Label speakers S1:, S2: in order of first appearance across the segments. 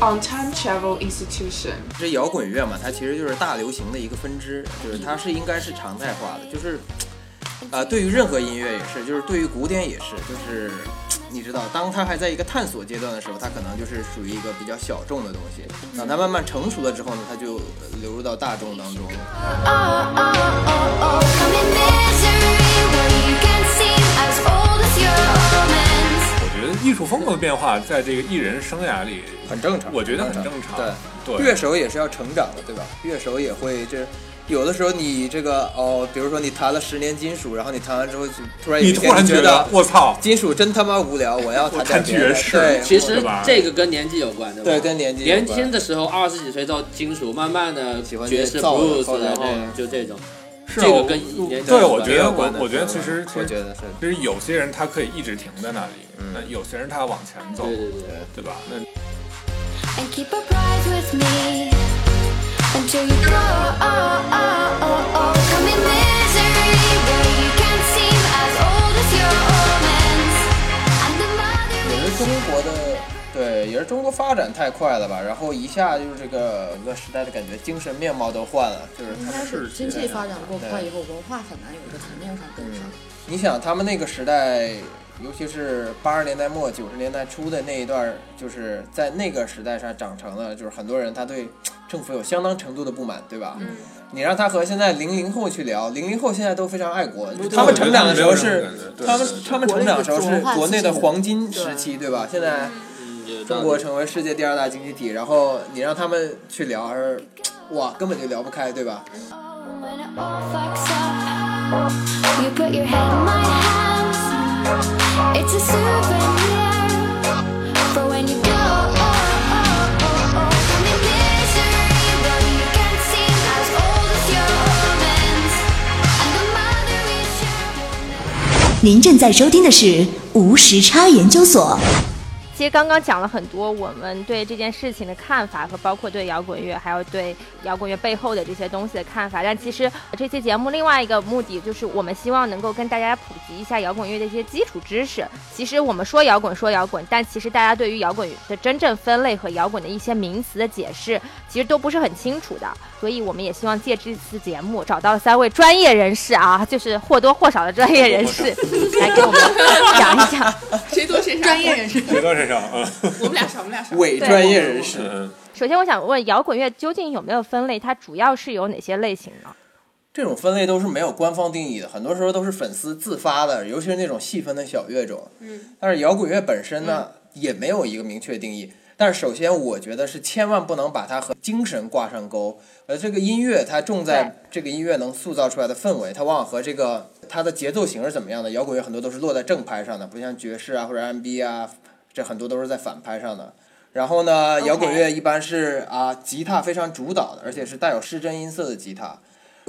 S1: On Time Travel Institution。
S2: 这摇滚乐嘛，它其实就是大流行的一个分支，就是它是应该是常态化的，就是，呃，对于任何音乐也是，就是对于古典也是，就是你知道，当它还在一个探索阶段的时候，它可能就是属于一个比较小众的东西，等它慢慢成熟了之后呢，它就呃流入到大众当中。
S3: Oh, oh, oh, oh, come in misery where you can seem as old as your omens.
S4: 我觉得艺术风格的变化在这个艺人生涯里
S2: 很正常
S4: 我觉得很
S2: 很正
S4: 正常。
S2: 对
S4: 对
S2: 乐手也是要成长的，对吧？乐手也会这，有的时候你这个哦，比如说你弹了十年金属，然后你弹完之后就突然有
S4: 你
S2: 一天
S4: 突然觉
S2: 得
S4: 得，我操，
S2: 金属真他妈无聊，我要
S4: 我
S2: 弹点
S4: 弹
S2: 别的
S4: 爵士
S2: 对，
S5: 其
S4: 对
S5: 实
S4: 吧
S5: 这个跟年纪有关，对吧？
S2: 对跟年纪有关
S5: 年轻的时候，二十几岁到金属，慢慢的
S2: 喜欢
S5: 爵
S2: 这
S5: 士、
S2: 造
S5: blues，
S2: 后来
S5: 然后
S2: 这
S5: 就这种。
S4: 是
S5: 这个
S4: 我
S5: 跟年纪
S4: 对，
S5: 有
S4: 我
S5: 关
S4: 觉得我
S2: 对
S4: 我觉得其实
S2: 我觉得是嗯
S4: 其实有些人他可以一直停在那里，那有些人他往前走，
S5: 对对对。
S4: 对吧？那
S3: And keep a pride with me until you go. Oh, oh, oh, oh, come in misery where you can seem as old as your omens. And the mother
S2: 也
S3: we
S2: 是中国的，对，也是中国发展太快了吧，然后一下就是这个整个时代的感觉，精神面貌都换了，就是他
S6: 应该
S2: 们
S6: 是经济发展过快
S2: 对
S6: 以后，文化很难有一个层面上跟上。
S2: 你想他们那个时代，尤其是八十年代末九十年代初的那一段儿，就是在那个时代上长成了，就是很多人他对政府有相当程度的不满，对吧？嗯。你让他和现在零零后去聊，零零后现在都非常爱国，他们成长的时候是
S4: 对对
S2: 他们
S4: 对对
S2: 他们成长的时候是国内的黄金时期，
S6: 对
S2: 对嗯吧？现在
S5: 有道
S2: 中
S5: 理
S2: 国成为世界第二大经济体，然后你让他们去聊，还是哇，根本就聊不开，对吧？
S3: Oh, when it all fucks up, you put your head in my hands. It's a souvenir for when you go. Oh, oh, oh, oh. Come in misery, but you can seem as old as your omens. And the mother we share.
S7: 您正在收听的是无时差研究所。
S8: 其实刚刚讲了很多我们对这件事情的看法，和包括对摇滚乐，还有对摇滚乐背后的这些东西的看法。但其实这期节目另外一个目的就是，我们希望能够跟大家普及一下摇滚乐的一些基础知识。其实我们说摇滚说摇滚，但其实大家对于摇滚的真正分类和摇滚的一些名词的解释，其实都不是很清楚的。所以我们也希望借这次节目找到了三位专业人士啊，就是或多或少的专业人士来给我们讲一讲。
S9: 谁多谁少？
S6: 专业人士，
S4: 谁到谁上啊？
S9: 我们俩少，我们俩少。
S2: 伪
S8: 对
S2: 专业人士。
S4: 嗯，
S8: 首先，我想问摇滚乐究竟有没有分类？它主要是有哪些类型呢？
S2: 这种分类都是没有官方定义的，很多时候都是粉丝自发的，尤其是那种细分的小乐种。嗯，但是摇滚乐本身呢，也没有一个明确定义。但是首先，我觉得是千万不能把它和精神挂上钩。而呃这个音乐，它重
S8: 对
S2: 在这个音乐能塑造出来的氛围，它往往和这个它的节奏型是怎么样的。摇滚乐很多都是落在正拍上的，不像爵士啊或者 R&B 啊，这很多都是在反拍上的。然后呢，摇滚乐一般是啊，吉他非常主导的，而且是带有失真音色的吉他。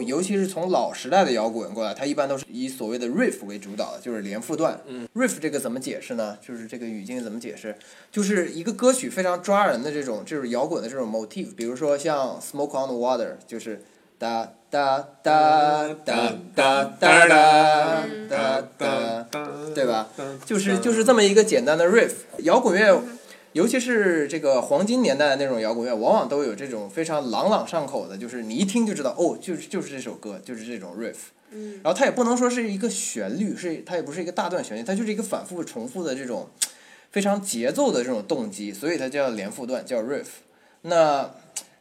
S2: 尤其是从老时代的摇滚过来，它一般都是以所谓的 riff 为主导的，就是连复段。嗯，riff 这个怎么解释呢？就是这个语境怎么解释？就是一个歌曲非常抓人的这种这种摇滚的这种 motif，比如说像 Smoke on the Water，就是哒哒哒哒哒哒哒哒哒，对吧？就是就是这么一个简单的 riff。摇滚乐，尤其是这个黄金年代的那种摇滚乐，往往都有这种非常朗朗上口的，就是你一听就知道，哦，就是就是这首歌，就是这种 riff。然后它也不能说是一个旋律，是它也不是一个大段旋律，它就是一个反复重复的这种非常节奏的这种动机，所以它叫连复段，叫 riff。那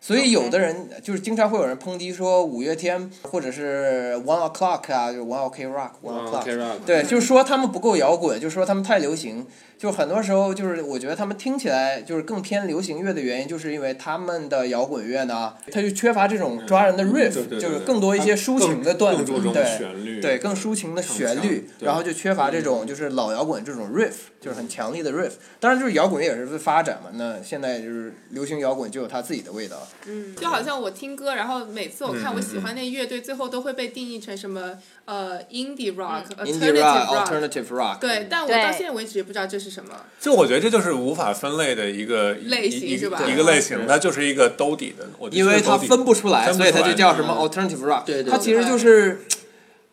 S2: 所以有的人就是经常会有人抨击说五月天或者是 One O'clock 啊，就是 One OK Rock、One
S5: OK
S2: O'clock，
S5: rock，
S2: 对，就是说他们不够摇滚，就是说他们太流行。就很多时候就是我觉得他们听起来就是更偏流行乐的原因，就是因为他们的摇滚乐呢，它就缺乏这种抓人的 riff，、
S4: 嗯对对对
S2: 就是更多一些抒情的段子，
S4: 更更注重
S2: 对
S4: 旋律
S2: 对，更抒情的旋律，
S4: 对
S2: 然后就缺乏这种就是老摇滚这种 riff，就是很强力的 riff。当然，就是摇滚乐也是在发展嘛，那现在就是流行摇滚就有它自己的味道。
S9: 就好像我听歌，然后每次我看我喜欢那乐队，最后都会被定义成什么呃 indie rock、
S2: Indie
S9: alternative
S2: rock、alternative rock，
S9: 对，但我到
S8: 对
S9: 现在为止也不知道这是什么。
S4: 就我觉得这就是无法分类的一个
S9: 类型
S4: 一一
S9: 是吧
S4: 一个类型，它就是一个兜底的，我觉得
S2: 因为
S4: 就是兜
S2: 它
S4: 底
S2: 分不出来，
S4: 分不
S2: 所以它
S4: 出
S2: 就
S4: 来
S2: 叫什么
S5: 嗯
S2: alternative rock。
S5: 对对
S2: 它
S5: 对
S2: 其实就是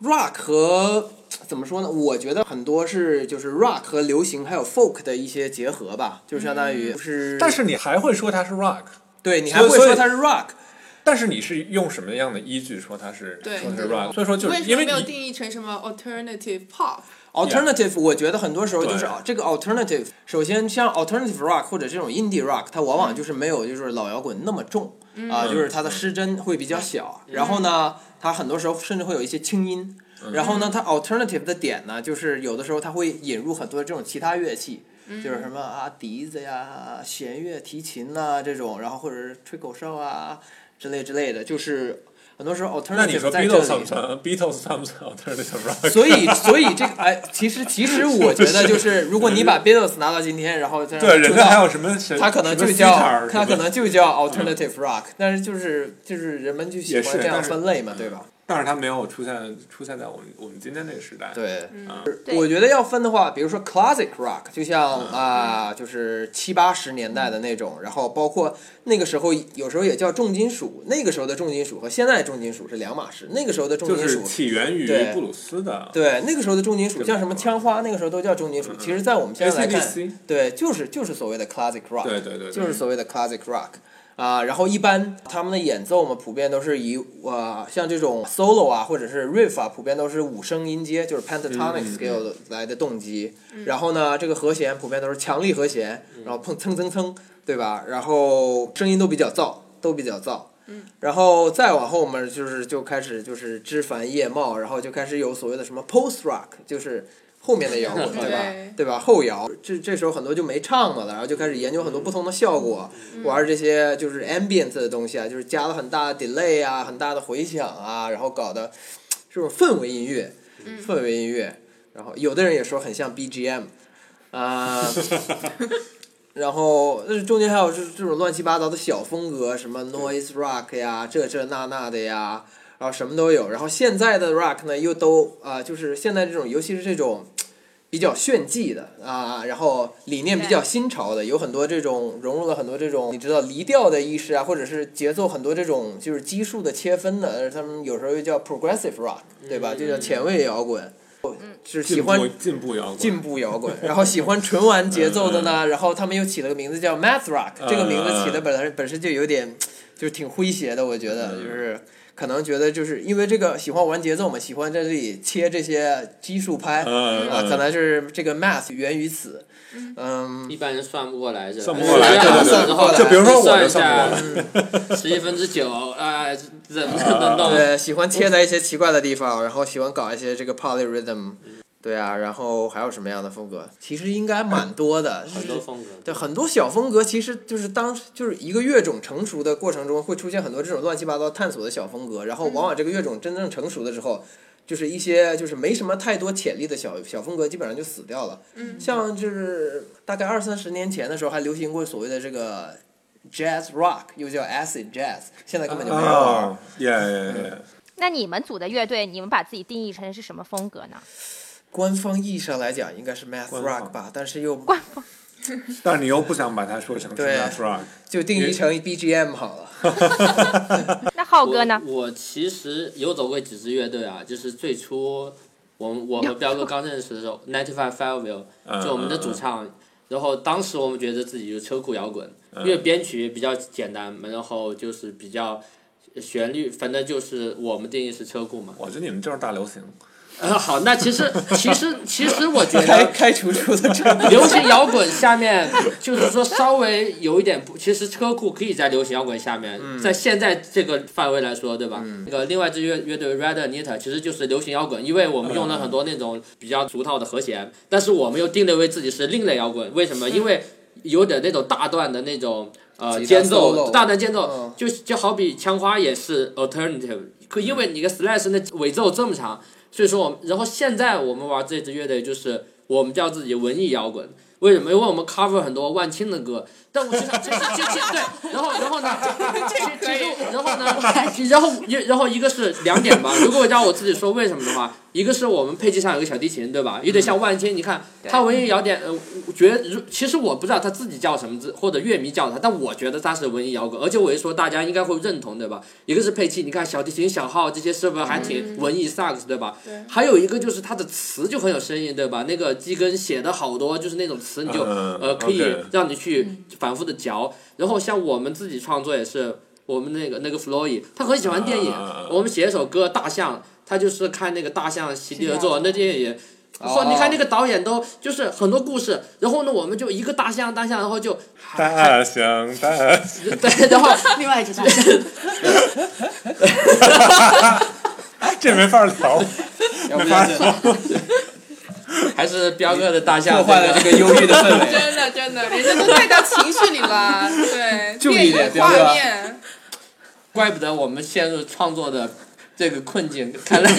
S2: rock 和怎怎么说呢？我觉得很多是就是 rock 和流行还有 folk 的一些结合吧，就相当于是，
S4: 嗯但是你还会说它是 rock，
S2: 对你还
S4: 所以
S2: 会
S4: 所以
S2: 说它是 rock，
S4: 但是你是用什么样的依据说它是
S9: 对
S4: 说它是 rock？所以说就是
S9: 为什
S4: 因
S9: 么
S4: 为
S9: 没有
S4: 你
S9: 定义成什么 alternative pop？
S2: alternative，我觉得很多时候就是
S4: 对
S2: 这个 alternative。首先，像 alternative rock 或者这种 indie rock，它往
S4: 嗯
S2: 往就是没有就是老摇滚那么重啊、就是它的失真会
S4: 嗯
S2: 比较小。然后呢，它很多时候甚至会有一些轻音。
S4: 嗯
S2: 然后呢，它 alternative 的点呢，就是有的时候它会引入很多这种其他乐器。
S4: 嗯
S2: 就是什么啊笛子呀、弦乐、提琴呐、这种，然后或者是吹口哨啊之类之类的，就是很多时候 alternative
S4: 那你说
S2: 在这里
S4: Beatles 算不算？Beatles 算不算 alternative rock？
S2: 所以，所以这个哎，其实其实我觉得就是，如果你把 Beatles 拿到今天，然后再让它
S4: 对，人
S2: 出
S4: 家还
S2: 道，
S4: 有什么什
S2: 他可能
S4: 什么
S2: 就叫
S4: sitar
S2: 他
S4: 什么
S2: 可能就叫 alternative rock，但是就是就是人们就喜
S4: 也是
S2: 欢这样
S4: 但是
S2: 分类嘛，对吧？
S4: 但是它没有出现出现在我们我们今天这个时代。，
S2: 对，
S4: 啊
S8: 对
S2: 我觉得要分的话，比如说 classic rock，就像啊、就是七八十年代的那种，然后包括那个时候有时候也叫重金属，那个时候的重金属和现在的重金属是两码事，那个时候的重
S4: 就
S2: 金属
S4: 是起源于
S2: 对
S4: 布鲁斯的。
S2: 对，那个时候的重金属
S4: 对
S2: 像什么枪花，那个时候都叫重金属。其实，在我们现在来看
S4: AC/DC，
S2: 对，就是就是所谓的 classic rock，
S4: 对对对对
S2: 就是所谓的 classic rock 啊、然后一般他们的演奏嘛，普遍都是以呃像这种 solo 啊，或者是 riff 啊，普遍都是五声音阶，就是 pentatonic
S4: 嗯嗯
S2: scale 的来的动机。然后呢，这个和弦普遍都是强力和弦，然后碰蹭蹭蹭，对吧？然后声音都比较燥，都比较燥。然后再往后面就是就开始就是枝繁叶茂，然后就开始有所谓的什么 post rock，就是后面的摇滚，对吧？
S9: 对
S2: 对吧？后摇，这这时候很多就没唱了，然后就开始研究很多不同的效果，玩这些就是 ambient 的东西啊，就是加了很大的 delay 啊，很大的回响啊，然后搞的这种氛围音乐，氛围音乐。然后有的人也说很像 BGM，啊、然后呃中间还有这这种乱七八糟的小风格，什么 noise rock 呀，这这那那的呀，然后什么都有。然后现在的 rock 呢，又都啊、就是现在这种，尤其是这种比较炫技的啊、然后理念比较新潮的，有很多这种融入了很多这种你知道离调的意识啊，或者是节奏很多这种就是基数的切分的，呃他们有时候又叫 progressive rock，对吧？就叫前卫摇滚。就是喜
S4: 进
S2: 欢
S4: 步进步摇滚，
S2: 进步摇滚， 然后喜欢纯玩节奏的呢，然后他们又起了个名字叫 Math Rock，
S4: 嗯
S2: 这个名字起的本来本身就有点，就是挺诙谐的，我觉得
S4: 嗯
S2: 就是可能觉得就是因为这个喜欢玩节奏嘛，喜欢在这里切这些基数拍
S4: 嗯嗯
S2: 啊，可能是这个 Math 源于此，嗯，
S5: 一般人算不过来这，
S4: 算不过来
S5: 哎
S4: 对对对
S5: 算不过来
S2: 就比
S4: 如说我就
S5: 你算
S4: 算
S2: 嗯
S5: 一下，十一分之九啊，怎么能
S4: 嗯
S5: 弄？
S2: 对，喜欢切在一些奇怪的地方，然后喜欢搞一些这个 polyrhythm，对啊，然后还有什么样的风格？其实应该蛮多的，
S5: 很多风格。
S2: 对，很多小风格其实就是当就是一个乐种成熟的过程中，会出现很多这种乱七八糟探索的小风格，然后往往这个乐种真正成熟的时候，就是一些就是没什么太多潜力的小小风格，基本上就死掉了。嗯，像就是大概二三十年前的时候，还流行过所谓的这个 jazz rock，又叫 acid jazz，现在根本就没有嗯了。
S4: 啊，耶耶耶！
S8: 那你们组的乐队，你们把自己定义成是什么风格呢？
S2: 官方意义上来讲，应该是 math
S4: 官方
S2: rock 吧，但是又
S4: 但是你又不想把它说成是
S2: 对
S4: math rock，
S2: 就定义成 BGM 好 了。
S8: 那浩
S5: 我
S8: 哥呢？
S5: 我其实有走过几支乐队啊，就是最初我们我 和彪哥刚认识的时候，Ninety Five Five Will，
S4: 嗯
S5: 就我们的主唱。然后当时我们觉得自己就是车库摇滚，
S4: 嗯
S5: 因为编曲比较简单嘛，然后就是比较旋律，反正就是我们定义是车库嘛。
S4: 我觉得你们就是大流行。
S5: 呃，好，那其实其实其实 我觉
S2: 开
S5: 得
S2: 开除出的这样
S5: 流行摇滚下面，就是说稍微有一点不，其实车库可以在流行摇滚下面，在现在这个范围来说，对吧？那个另外一支乐乐队 Red Anita 其实就是流行摇滚，因为我们用了很多那种比较俗套的和弦，但是我们又定位为自己是另类摇滚，为什么？因为有点那种大段的那种呃
S2: 吉他
S5: 间奏，
S2: solo
S5: 大段间
S2: 嗯
S5: 奏，就就好比枪花也是 alternative，可因为你个 slash 那尾奏这么长，所以说我们，然后现在我们玩这支乐队就是我们叫自己文艺摇滚，为什么？因为我们 cover 很多万青的歌，但我其实其实其实对，然后然后呢，其实其实然后呢，然后一然后一个是两点吧，如果让我自己说为什么的话，一个是我们配器上有个小提琴，对吧？有点像万青，你看他文艺摇点，呃，我觉得如其实我不知道他自己叫什么字，或者乐迷叫他，但我觉得他是文艺摇滚，而且我一说大家应该会认同，对吧？一个是配器，你看小提琴、小号这些是不是还挺文艺 sax，对吧？
S9: 对
S5: 还有一个就是他的词就很有深意，对吧？那个基根写的好多就是那种词，你就
S4: 嗯
S5: 呃可以
S4: OK
S5: 让你去反复的嚼。然后像我们自己创作也是，我们那个那个弗洛伊，他很喜欢电影
S4: 啊啊啊，
S5: 我们写一首歌《大象》，他就是看那个大象席地而坐，那电影也。
S2: 哦
S5: 后你看那个导演都就是很多故事，然后呢，我们就一个大象，大象，然后就
S4: 大象大象，
S5: 对，然后
S6: 另外一只大象，
S4: 这没法聊。
S2: 要不然就
S5: 还是彪哥的大象
S2: 破坏了这个忧郁的氛 围。
S9: 真的真的，人家都带到情绪里了， 对，
S2: 注
S9: 电
S2: 意点
S9: 影
S2: 彪哥
S9: 画面，
S5: 怪不得我们陷入创作的这个困境，看来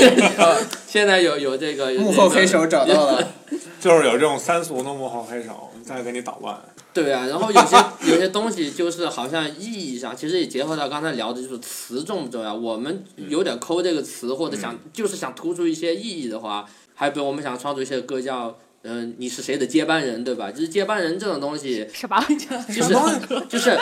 S5: 现在有有这个有
S2: 幕后
S5: 这个
S2: 黑手找到了，
S4: 就是有这种三俗的幕后黑手，再给你捣乱。
S5: 对啊，然后有 些有些东西就是好像意义上，其实也结合到刚才聊的，就是词重不重要。我们有点抠这个词，或者
S2: 嗯
S5: 想、就是想突出一些意义的话，还比如我们想创作一些歌叫嗯、呃你是谁的接班人，对吧？就是接班人这种东西，
S8: 是 吧？
S5: 就是就是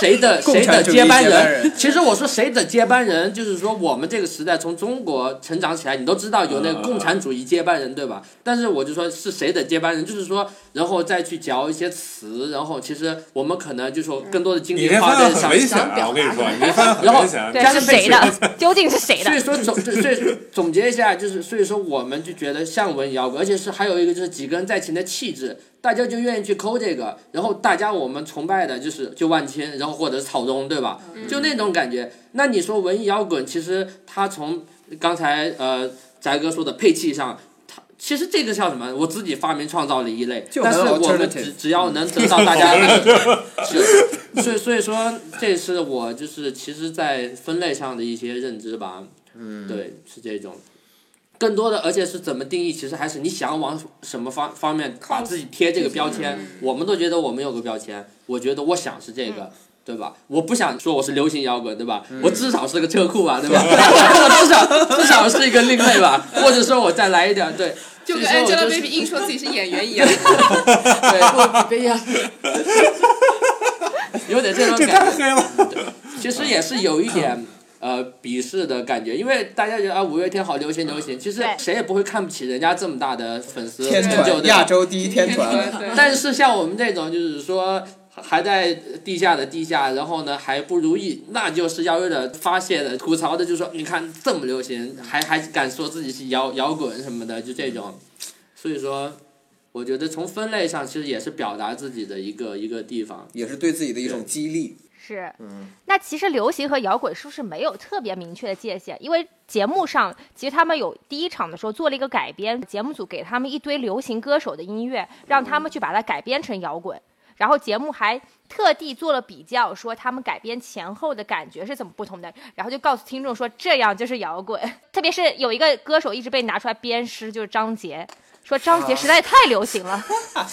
S5: 谁的
S2: 共
S5: 谁
S2: 产
S5: 的
S2: 主义
S5: 班
S2: 接班人
S5: 其实我说谁的接班人，就是说我们这个时代从中国成长起来，你都知道有那个共产主义接班人，对吧？但是我就说是谁的接班人，就是说，然后再去嚼一些词，然后其实我们可能就说更多的精
S4: 你
S5: 力
S4: 这
S5: 花
S4: 番
S5: 在
S4: 案很
S5: 上
S4: 危
S5: 面。
S4: 险
S6: 想
S4: 啊！
S6: 表
S4: 我跟你
S6: 达
S4: 说，
S6: 的
S4: 你这 番案
S5: 然
S4: 很
S5: 后
S4: 危险。啊
S8: 对
S5: 加，
S8: 是
S5: 上
S8: 谁
S5: 被
S8: 的？究竟是谁的
S5: 所？以说总，所以说总结一下，就是所以说我们就觉得像文摇滚，而且是还有一个就是几个人在一起的气质，大家就愿意去抠这个。然后大家我们崇拜的就是就万千，然后或者是草东，对吧？就那种感觉。那你说文艺摇滚，其实它从刚才呃翟哥说的配器上。它其实这个叫什么？我自己发明创造了一类，
S2: 就很
S5: 但是我们
S2: alternative
S5: 只只要能得到大家的是，所以所以说这是我就是其实，在分类上的一些认知吧。
S2: 嗯
S5: 对，是这种。更多的，而且是怎么定义，其实还是你想往什么方方面把自己贴这个标签。
S2: 嗯
S5: 我们都觉得我们有个标签，我觉得我想是这个，
S2: 嗯
S5: 对吧？我不想说我是流行摇滚，对吧？我至少是个车库吧，对 吧？我至少至少是一个另类吧，或者说我再来一点，对。
S9: 就跟
S5: 所以说我
S9: Angelababy 硬说自己是演员一样，
S5: 对， 有点这种
S4: 这
S5: 感
S4: 太黑
S5: 觉。
S4: 了。
S5: 其实也是有一点
S2: 嗯
S5: 呃鄙视的感觉，因为大家觉得啊五月天好流行流行，其实
S8: 对
S5: 谁也不会看不起人家这么大的粉丝
S2: 天
S5: 成就，
S2: 团
S5: 对吧
S2: 亚洲第一天团，
S9: 对，
S5: 但是像我们这种，就是说还在地下的地下，然后呢还不如意，那就是要为了发泄的、吐槽的，就说你看这么流行，还还敢说自己是摇摇滚什么的，就这种。所以说，我觉得从分类上其实也是表达自己的一个 一个地方。
S2: 也是对自己的一种激励。
S8: 是，嗯，那其实流行和摇滚是不是没有特别明确的界限？因为节目上其实他们有第一场的时候做了一个改编，节目组给他们一堆流行歌手的音乐，让他们去把它改编成摇滚，然后节目还特地做了比较，说他们改编前后的感觉是怎么不同的，然后就告诉听众说这样就是摇滚。特别是有一个歌手一直被拿出来鞭尸，就是张杰，说张杰实在太流行了，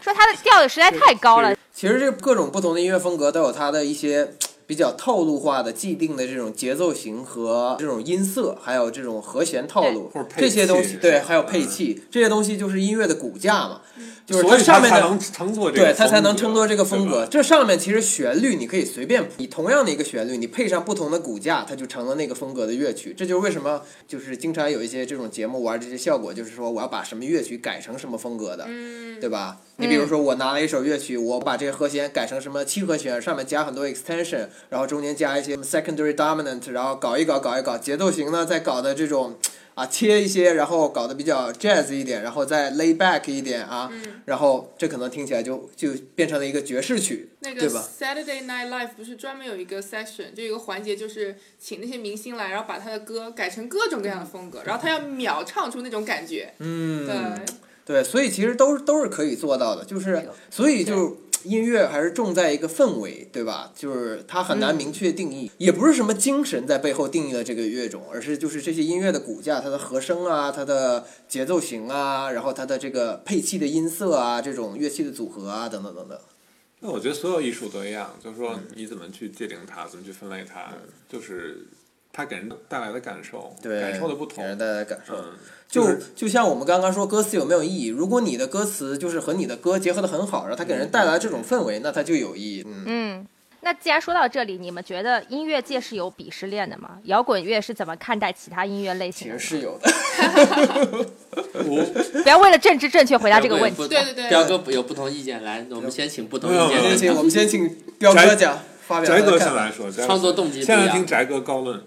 S8: 说他的调子实在太高了，
S2: 其实这各种不同的音乐风格都有它的一些嘖比较套路化的既定的这种节奏型和这种音色，还有这种和弦套路
S4: 对或者配
S2: 这些东西，
S4: 器
S2: 对，
S4: 嗯
S2: 还有配器这些东西就是音乐的骨架嘛，就是
S4: 所
S2: 它
S4: 以
S2: 上
S4: 他
S2: 面
S4: 才
S2: 的
S4: 能乘坐这个，
S2: 对，它才能衬托这个风格。
S4: 对吧。
S2: 这上面其实旋律你可以随便谱，你同样的一个旋律，你配上不同的骨架，它就成了那个风格的乐曲。这就是为什么就是经常有一些这种节目玩这些效果，就是说我要把什么乐曲改成什么风格的，
S9: 嗯
S2: 对吧？你比如说我拿了一首乐曲，我把这个和弦改成什么七和弦，上面加很多 extension，然后中间加一些 secondary dominant，然后搞一搞搞一搞，节奏型呢再搞的这种。啊，切一些，然后搞得比较 jazz 一点，然后再 lay back 一点啊，
S9: 嗯
S2: 然后这可能听起来就就变成了一个爵士曲，
S9: 那
S2: 对
S9: 个
S2: 吧？
S9: Saturday Night Live 不是专门有一个 session，就有一个环节，就是请那些明星来，然后把他的歌改成各种各样的风格，然后他要秒唱出那种感觉。嗯，对，
S2: 对，所以其实都是都是可以做到的，就是所以就音乐还是重在一个氛围，对吧？就是它很难明确定义，也不是什么精神在背后定义了这个乐种，而是就是这些音乐的骨架，它的和声啊，它的节奏型啊，然后它的这个配器的音色啊，这种乐器的组合啊，等等等等。
S4: 那我觉得所有艺术都一样，就是说你怎么去界定它，怎么去分类它，就是它给人带来的感受，
S2: 对，
S4: 感受的不同
S2: 给。人带来感受。
S4: 嗯，
S2: 就是就像我们刚刚说歌词有没有意义，如果你的歌词就是和你的歌结合的很好，然后它给人带来这种氛围，那它就有意义。嗯，
S8: 嗯，那既然说到这里，你们觉得音乐界是有鄙视链的吗？摇滚乐是怎么看待其他音乐类
S2: 其
S8: 型的
S2: 实
S8: 呢？
S2: 是有的。
S4: 我
S8: 不要为了政治正确回答这个
S5: 彪哥有
S8: 问题。
S5: 不
S9: 对对对
S5: 彪哥有不同意见，来，我们先请不同 意
S4: 没有没有
S5: 见
S2: 先
S5: 的
S2: 请我们先请彪哥讲发表他
S4: 翟
S2: 的
S4: 哥
S2: 看
S4: 先
S2: 法。
S4: 来说，翟哥
S5: 创作动机不一
S4: 现
S5: 样
S4: 在听翟哥高论，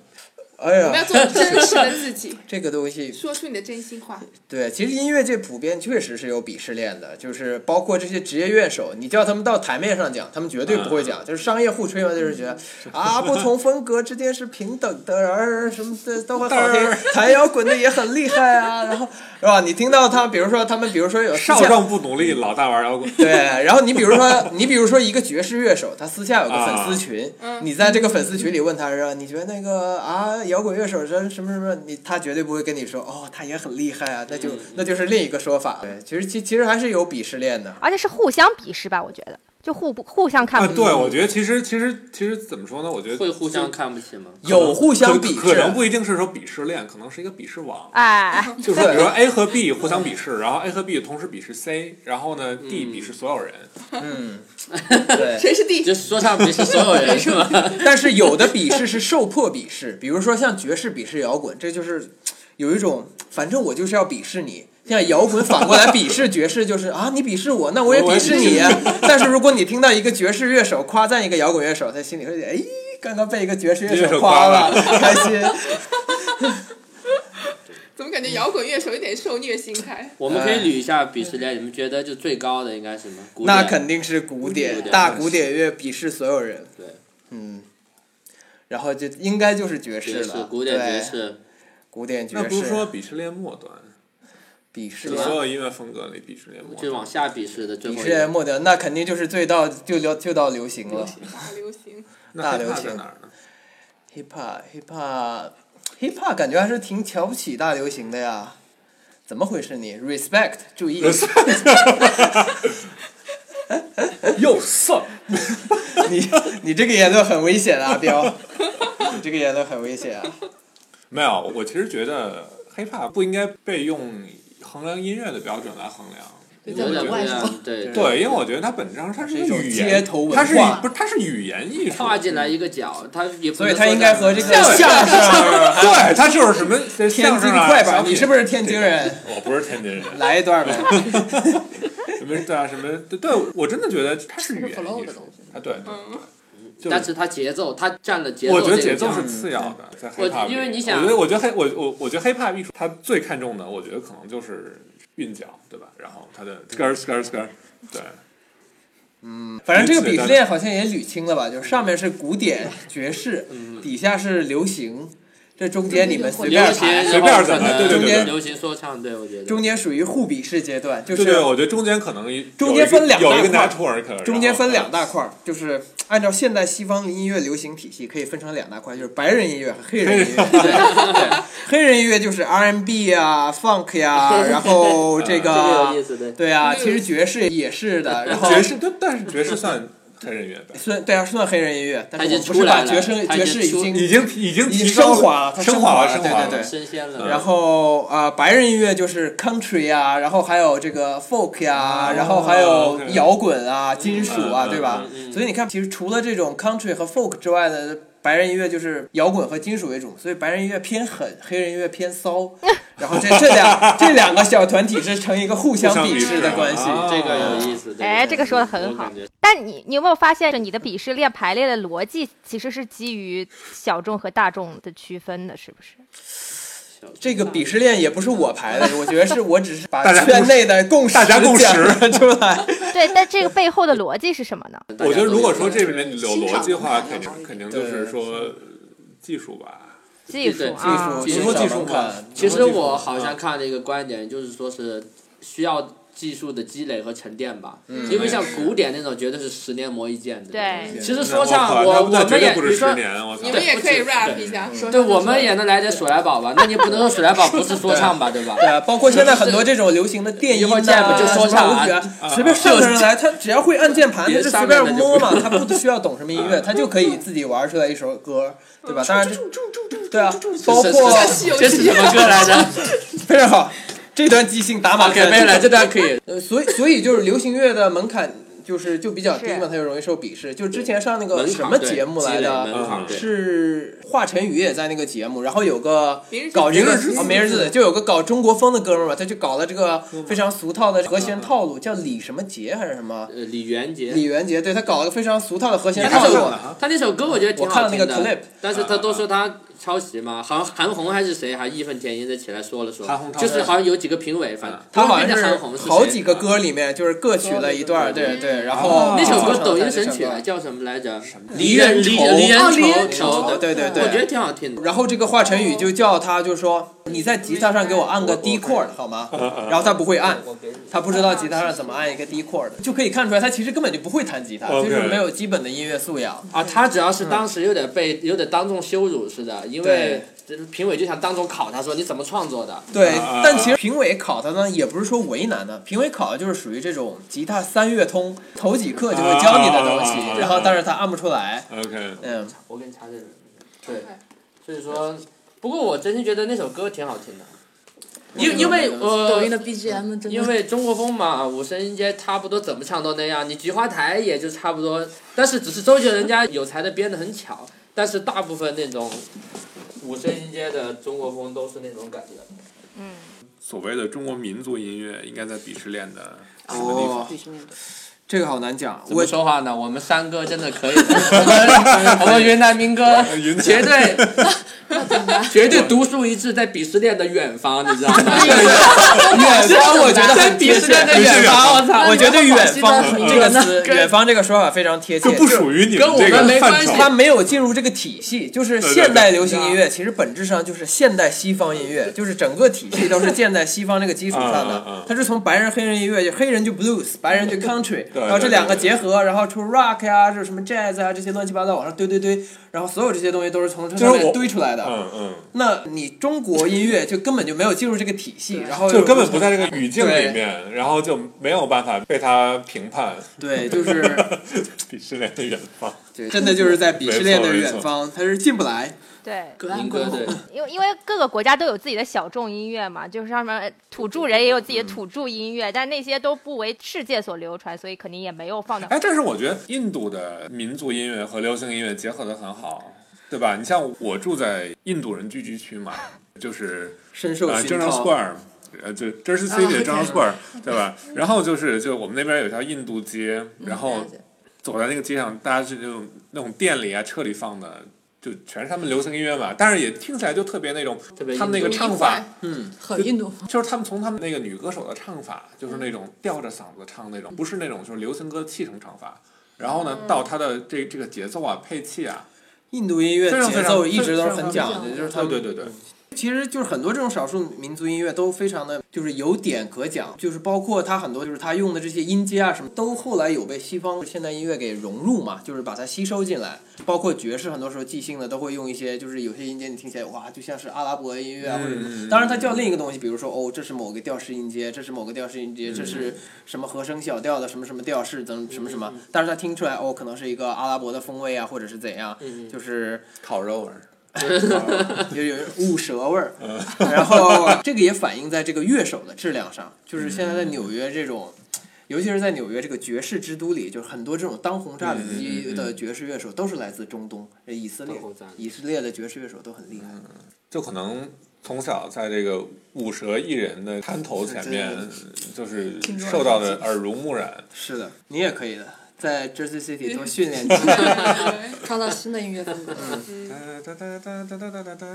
S2: 哎
S9: 我们要
S2: 呀，
S9: 做真实的自己，
S2: 这个东西
S9: 说出你的真心话。
S2: 对，其实音乐界普遍确实是有鄙视链的，就是包括这些职业乐手，你叫他们到台面上讲，他们绝对不会讲，就是商业互吹嘛，就是觉得啊，不同风格之间是平等的，而什么的都很好听，弹摇滚的也很厉害啊，然后是吧？你听到他，比如说他们，比如说有私
S4: 少
S2: 下
S4: 壮不努力，老大玩摇滚。
S2: 呃
S4: 啊
S2: 对，然后你比如说， 你比如说一个爵士乐手，他私下有个粉丝群，你在这个粉丝群里问他说，你觉得那个啊摇滚乐手是什么什么，你他绝对不会跟你说，哦，他也很厉害啊，那就、那就是另一个说法。对，其实其其实还是有鄙视链的。
S8: 而且是互相鄙视吧，我觉得就互不互相看
S4: 啊，
S8: 不起。
S4: 对，我觉得其实其实其实怎么说呢？我觉得
S5: 会互相看 不起吗？
S2: 有互相鄙视，
S4: 可可能不一定是说鄙视链，可能是一个鄙视网。
S8: 哎，
S4: 就是比如说 A 和 B 互相
S2: 哎
S4: 鄙视，然后 A 和 B 同时鄙视 C，然后呢
S2: 嗯
S4: D 鄙视所有人。
S2: 对，
S9: 谁是第一？
S5: 就是说唱鄙视所有人是吗？
S2: 但是有的鄙视是受迫鄙视，比如说像爵士鄙视摇滚，这就是有一种反正我就是要鄙视你。像摇滚反过来鄙视爵士，就是啊，你鄙视我，那我也鄙视你呀、啊但是如果你听到一个爵士乐手夸赞一个摇滚乐手，他心里会觉得，哎，刚刚被一个爵士乐手夸了，开心。
S9: 怎么感觉摇滚乐手有点受虐心态？
S5: 我们可以捋一下鄙视链，你们觉得就最高的应该是什么？古典
S2: 那肯定是古典
S5: 古典
S2: 大古典乐鄙视所有人，
S5: 对，
S2: 嗯，然后就应该就是爵士
S5: 爵士，
S2: 了，
S5: 古典爵
S2: 对，
S5: 士，
S2: 古典爵
S4: 那
S2: 士，
S4: 不是说鄙视链末端，
S2: 鄙视
S4: 就
S2: 吗
S4: 所有音乐风格里鄙视链末
S5: 就是
S4: 端。
S5: 往下鄙视的最
S2: 鄙
S5: 后
S2: 视
S5: 一个
S2: 链。末端，那肯定就是最到就流就到流行了。
S9: 大流行，
S4: 那
S2: 大流
S4: hiphop
S2: 行
S4: 在哪儿呢？
S2: hip hop hip hop hip hop 感觉还是挺瞧不起大流行的呀，怎么回事你？respect 注意，
S4: 又色，
S2: 你你这个言论很危险啊，彪，你这个言论很危险啊。
S4: 没有，我其实觉得 hiphop 不应该被用衡量音乐的标准来衡量。
S5: 有点不一样，对。
S4: 对，因为我觉得它本质上它是
S2: 是一种
S4: 语
S2: 街
S4: 言，
S2: 头文化
S4: 它是语不是它是语言艺术，
S5: 跨进来一个脚，他也不
S2: 所以
S5: 能
S2: 他
S5: 说
S2: 应该
S5: 他
S2: 和这个
S4: 对
S2: 相声啊，
S4: 对，它就是 什么这
S2: 天
S4: 相
S2: 津
S4: 声啊
S2: 快板，你是不
S4: 是？
S2: 是天津人？
S4: 我不是天津人，
S2: 来一段呗。
S4: 什么对啊，什么对，对我真的觉得它是语言
S6: 是 flow
S4: 艺
S6: 的
S4: 术
S6: 东西
S4: 啊，对对
S5: 嗯
S4: 对，
S5: 但
S4: 就是
S5: 他节奏，他占了节奏
S4: 我觉得
S5: 这个
S4: 节奏
S5: 角
S4: 是次要的，在
S5: 嗯我
S4: hiphop 里
S5: 因为你想
S4: 我觉得我觉得黑我我我觉得 hiphop 艺术它最看重的，我觉得可能就是韵脚，对吧？然后它的 skr skr skr，对，
S2: 反正这个鄙视链好像也捋清了吧，就是上面是古典爵士，底下是流行，这中间你们随
S5: 流
S2: 便
S5: 行，
S2: 排，
S4: 随便
S5: 然后
S4: 怎么
S5: 可能
S4: 对
S2: 对对对
S5: 流行说唱，对我觉得
S2: 中间属于互鄙视阶段，就
S4: 对对，
S2: 是
S4: 我觉得中间可能一
S2: 中间分两大
S4: 有一个有一个
S2: 块儿
S4: network，然后
S2: 中间分两大块儿，就是按照现代西方音乐流行体系可以分成两大块，就是白人音乐和黑人音乐。对，对黑人音乐就是 R&B 啊、funk 呀、然后这
S5: 特别有意
S2: 个
S5: 思，对。
S2: 对啊，其实爵士也是的，然后
S4: 爵士，但但是爵士算黑人乐呗，
S2: 算对啊，算黑人音乐，但
S5: 他已
S2: 是我们
S5: 经
S2: 不是
S5: 出来
S2: 把
S5: 了
S2: 爵士
S5: 他
S2: 爵
S5: 已经
S2: 士已
S5: 出
S2: 经
S4: 已经已经
S2: 已经
S4: 提高
S2: 升华了它
S4: 升
S2: 升华
S4: 华
S2: 了
S4: 升华了，
S2: 对
S5: 生鲜了，
S2: 然后啊、呃白人音乐就是 country 啊，然后还有这个 folk 呀、然后还有
S4: 哦 OK
S2: 摇滚啊、金属啊，
S4: 嗯嗯
S2: 对吧？
S5: 嗯嗯
S2: 所以你看，其实除了这种 country 和 folk 之外呢，白人音乐就是摇滚和金属为主，所以白人音乐偏狠，黑人音乐偏骚。然后这这两这两个小团体是成一个互相
S4: 互相
S2: 鄙
S4: 鄙
S2: 视
S4: 视
S2: 的关系。
S4: 啊
S5: 这个有意思。对
S8: 哎
S5: 对
S8: 这个说得很
S5: 我
S8: 好
S5: 感觉
S8: 但你你有没有发现，你的鄙视链排列的逻辑其实是基于小众和大众的区分的，是不是？
S2: 这个鄙视链也不是我排的，我觉得是我只 是把
S4: 大家共识
S2: 圈内的共识
S4: 大家共识
S2: 讲了出来。
S8: 对，但这个背后的逻辑是什么呢？
S5: 大家
S4: 我觉得
S5: 都
S4: 如果
S5: 有
S4: 说这里面有
S6: 欣赏
S4: 逻辑的话，
S6: 能力
S4: 肯
S6: 好一
S4: 定
S6: 点
S4: 肯定就是说技术吧，
S5: 对
S8: 技术
S5: 技
S8: 啊，
S2: 技术，
S5: 技术
S2: 技术
S4: 嘛
S2: 看。
S5: 其
S2: 你
S5: 实
S2: 说技术
S5: 我
S2: 吗
S5: 好像看了一个观点，就是说是需要技术的积累和沉淀吧。因为像古典那种，绝对是十年磨一剑的。
S8: 对
S5: 其实说唱，
S4: 我
S5: 我
S4: 靠那
S5: 我
S4: 绝
S5: 们
S4: 对
S5: 也，
S4: 不
S5: 你
S4: 止十
S5: 说，
S4: 年，我操
S9: 你！们也可以
S5: 对
S9: rap 一下，说
S5: 对，我们也能来点鼠来宝吧？那你不能说鼠来宝不是说唱吧，对吧？
S2: 对啊，包括现在很多这种流行的电音
S5: 一会儿见吧
S2: 呐，
S5: 就说
S2: 什么
S5: 唱
S2: 舞
S5: 啊
S2: 曲啊，随便上个人来，他只要会按键盘，他
S5: 别
S2: 就
S5: 上
S2: 随便
S5: 面的就
S2: 摸嘛
S5: 不，
S2: 他不需要懂什么音乐，他就可以自己玩出来一首歌，对吧？当然这，对啊，包
S5: 是
S2: 括
S5: 是是这是什么歌来着？
S2: 非常好，这段即兴打
S5: 啊，
S2: 马
S5: 给妹来，这段可以。
S2: 呃，所以所以就是流行乐的门槛就是就比较低嘛，
S8: 是
S2: 它就容易受鄙视。就之前上那个
S5: 门
S2: 什
S5: 槛
S2: 么
S5: 对
S2: 节目来
S5: 积累
S2: 的，
S5: 门槛对
S2: 啊是华晨宇也在那个节目，然后有个
S9: 明日之
S2: 搞这个
S9: 子
S2: 啊明日之子，就有个搞中国风的哥们儿嘛，他就搞了这个非常俗套的和弦套路，叫李什么杰还是什么
S5: 呃，李元杰，
S2: 李元杰，对他搞了个非常俗套的和弦
S5: 他
S2: 套
S5: 那
S2: 路
S5: 首。他那首啊歌我觉得挺好听
S2: 我看了那个
S5: 的
S2: clip，
S5: 但是他都说他抄袭嘛，好像韩红还是谁还义愤填膺的起来说了说
S4: 韩红，抄袭
S5: 就是啊好像有几个评委，反正
S2: 他好像
S5: 是
S2: 是嗯
S5: 韩红是谁
S2: 好几个歌里面就是各取了一段儿，对对，然后
S5: 那首
S2: 做
S5: 歌
S2: 成
S5: 抖音
S2: 了这
S5: 神
S2: 首
S5: 曲啊
S2: 歌
S5: 叫什么来着？
S2: 离
S5: 人
S2: 人
S5: 离
S2: 愁
S5: 离
S2: 哦离
S5: 人
S2: 人
S5: 愁，
S2: 愁对对对
S5: 我觉得挺好听的。
S2: 然后这个华晨宇就叫他，就说你在吉他上给我按个 D chord 好吗？
S4: 嗯
S2: 然后他不会按，他不知道吉他上怎么按一个 D chord，就可以看出来他其实根本就不会弹吉他，
S4: OK
S2: 就是没有基本的音乐素养。
S5: 啊，他主要是当时有点被有点当众羞辱似的，因为评委就想当众考他说你怎么创作的，
S2: 对
S4: 啊，
S2: 但其实评委考他呢，也不是说为难的，评委考的就是属于这种吉他三乐通，头几课就会教你的东
S4: 啊啊啊啊
S2: 西，然后但是他按不出来，
S4: OK，
S2: 嗯，
S5: 我给你查这个，对，所以说，不过我真心觉得那首歌挺好听的，因因为
S6: 抖
S5: 呃。
S6: 音的 BGM 真
S5: 因
S6: 的
S5: 为中国风嘛，五声音阶差不多怎么唱都那样，你菊花台也就差不多，但是只是周杰伦家有才的编的很巧，但是大部分那种五声音阶的中国风都是那种感觉。
S4: 所谓的中国民族音乐应该在鄙视链的什么
S5: 哦
S4: 地方？
S6: 必须面对。
S2: 哦这个好难讲，
S5: 怎
S2: 我
S5: 么说话呢？我们山歌真的可 以的，我们我们 云南民歌
S4: 云南
S5: 绝对绝对独树一帜，在鄙视链的远方，你知 道吗？远
S2: 方我觉得很
S5: 在鄙视链的远方，我操！
S2: 我觉得“远方”这个词，“
S5: 跟
S2: 远方”这个说法非常贴切，
S4: 这不
S2: 就是
S4: 属于你
S5: 跟我
S4: 这
S5: 们没
S4: 个
S5: 关
S4: 范
S5: 系
S4: 畴。
S2: 它没有进入这个体系，就是现代流行音乐，其实本质上就是现代西方音乐，就是整个体系都是建在西方这个基础上
S4: 嗯嗯嗯
S2: 的。它是从白人、黑人音乐，黑人就 blues，白人就 country，
S4: 对
S2: 然后这两个结合，然后出 rock 呀、这什么 jazz 啊，这些乱七八糟往上堆堆堆，然后所有这些东西都是从这上面
S4: 我
S2: 堆出来的。
S4: 嗯嗯，
S2: 那你中国音乐就根本就没有进入这个体系，然
S5: 嗯
S2: 后
S4: 就根本不在这个语境里面，然后就没有办法被他评判。
S2: 对，就是
S4: 鄙视链的远方。
S2: 对真的就是在鄙视链的
S4: 没错没错
S2: 远方，它是进不来。
S8: 对，
S5: 民歌对，
S8: 因为因为各个国家都有自己的小众音乐嘛，就是上面呃土著人也有自己的土著音乐，但那些都不为世界所流传，所以肯定也没有放到。
S4: 哎，但是我觉得印度的民族音乐和流行音乐结合的很好，对吧？你像我住在印度人聚居区嘛，就是
S2: 深受
S4: 呃
S2: 熏
S4: General
S2: 陶。
S4: Square，呃，就 Jersey
S6: 啊
S4: City 的 General Square，对吧？然后就是就我们那边有条印度街，然后
S6: 嗯了解
S4: 走在那个街上，大家是那种那种店里啊、车里放的。就全是他们流行音乐嘛，但是也听起来就特别那种
S5: 特别，
S4: 他们那个
S5: 印度
S4: 唱法，
S6: 很印度风，
S4: 就是他们从他们那个女歌手的唱法，就是那种吊着嗓子唱那种，不是那种就是流行歌的气声唱法。然后
S6: 哦
S4: 呢，到他的这这个节奏啊、配器啊，
S2: 印度音乐
S4: 非常
S2: 节
S4: 非
S2: 奏
S4: 常
S2: 一直都是很
S4: 非常
S2: 讲究，就是他们
S4: 对对对，
S2: 其实就是很多这种少数民族音乐都非常的，就是有点可讲，就是包括他很多就是他用的这些音阶啊什么，都后来有被西方现代音乐给融入嘛，就是把它吸收进来。包括爵士，很多时候即兴的都会用一些，就是有些音阶你听起来哇，就像是阿拉伯音乐啊，或者什么。当然它叫另一个东西，比如说哦，这是某个调式音阶，这是某个调式音阶，这是什么和声小调的什么什么调式等什么什么，但是它听出来哦，可能是一个阿拉伯的风味啊，或者是怎样，就是烤肉啊味儿。有有五蛇味儿，然后这个也反映在这个乐手的质量上，就是现在在纽约这种，尤其是在纽约这个爵士之都里，就是很多这种当红炸子鸡的爵士乐手都是来自中东，呃以色列
S5: 当红炸子，
S2: 以色列的爵士乐手都很厉害。
S4: 就可能从小在这个舞蛇艺人的滩头前面，就是受到的耳濡目染。
S2: 是的，你也可以的，在 Jersey City 多训练几年。
S6: 创造新的音乐风格。
S4: 哒哒哒哒哒哒哒哒，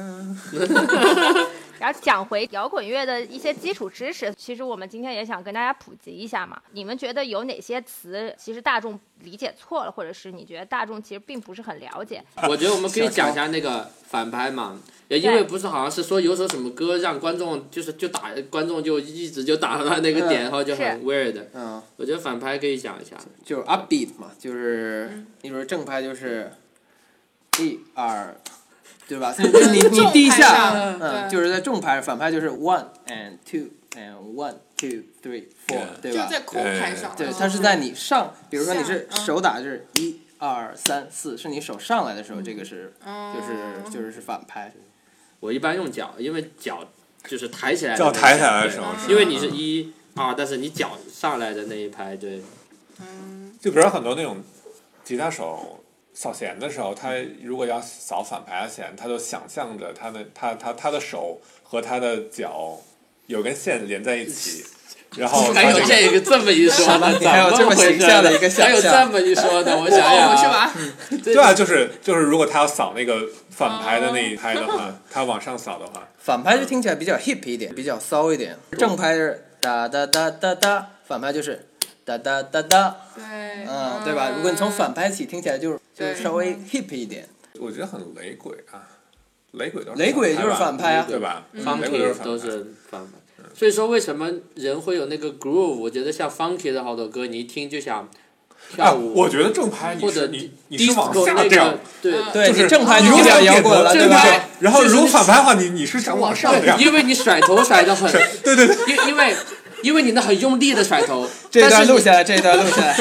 S8: 然后讲回摇滚乐的一些基础知识，其实我们今天也想跟大家普及一下嘛。你们觉得有哪些词其实大众理解错了，或者是你觉得大众其实并不是很了解？
S5: 我觉得我们可以讲一下那个反拍嘛，也因为不是好像是说有首什么歌让观众就是就打观众就一直就打到那个点，
S2: 嗯
S5: 然后就很
S8: 是
S5: weird。
S2: 嗯，
S5: 我觉得反拍可以讲一下，
S2: 就是 upbeat 嘛，就是你说正拍就是一二，对吧？你你你
S9: 重
S2: 第一
S9: 拍
S2: 下，
S9: 上
S2: 嗯，
S9: 对
S2: 就是在正拍，反拍就是 one and two and one two three four，
S4: Yeah
S2: 对
S9: 就
S2: 吧？
S9: 在口盘上，
S2: 对，
S9: 嗯
S2: 它是在你上，比如说你是
S9: 下嗯
S2: 手打就是一二三四，是你手上来的时候，这个是
S9: 嗯
S2: 就是就是是反拍，
S5: 我一般用脚，因为脚就是抬起来的
S4: 脚
S5: 那个
S4: 抬起来的
S5: 对
S4: 时候是
S5: 因为你是一二，但是你脚上来的那一拍，对，
S4: 就比如很多那种吉他手扫弦的时候，他如果要扫反拍的弦，他就想象着他的他他他的手和他的脚有根线连在一起，然后
S5: 还
S4: 他
S5: 有
S4: 哎这个
S5: 这个这么一说的，
S2: 你还有
S5: 怎
S2: 这么
S5: 回
S2: 形
S5: 事
S2: 象的
S5: 呢
S2: 一个想
S5: 还有
S2: 象
S5: 这么一说的，我想想
S9: 哦，
S5: 啊
S9: 是？吧？
S5: 对
S4: 对啊，就是就是如果他要扫那个反拍的那一拍的话，他往上扫的话，
S2: 反拍就听起来比较 hip 一点，比较骚一点，正拍是哒哒哒哒哒，反拍就是哒哒哒哒，
S9: 对，啊
S2: 嗯，对吧？如果你从反拍起，听起来就是就是
S9: 对
S2: 稍微 hip 一点，
S4: 我觉得很雷鬼啊，雷鬼都是
S2: 雷鬼就是
S4: 反
S2: 反
S4: 拍
S2: 拍
S4: 吧
S2: 啊
S4: 对吧？雷鬼
S5: funky 都
S4: 都是反拍。啊
S5: 是反反。所以说，为什么人会有那个 groove？我觉得像 funky 的好多歌，你一听就想
S4: 啊，
S5: 跳舞，
S4: 我觉得正拍你
S5: 或者
S4: 是你你是往
S5: disco
S4: 下
S5: 那
S4: 这样
S5: 个，，对。
S2: 对
S4: 就是
S2: 你正拍
S4: 你
S2: 就
S4: 如
S2: 比
S4: 果
S2: 较
S4: 要
S2: 摇
S4: 点
S2: 滚
S4: 头
S2: 了，
S4: 正
S2: 对吧？
S4: 拍，然后
S5: 就是
S4: 如果
S5: 那
S4: 反拍的话，你你是想往上这样，
S5: 因为你甩头甩的很， 对对对，因因为因为你那很用力的甩头，
S2: 这段录下
S5: 来，
S2: 来，这段录下来，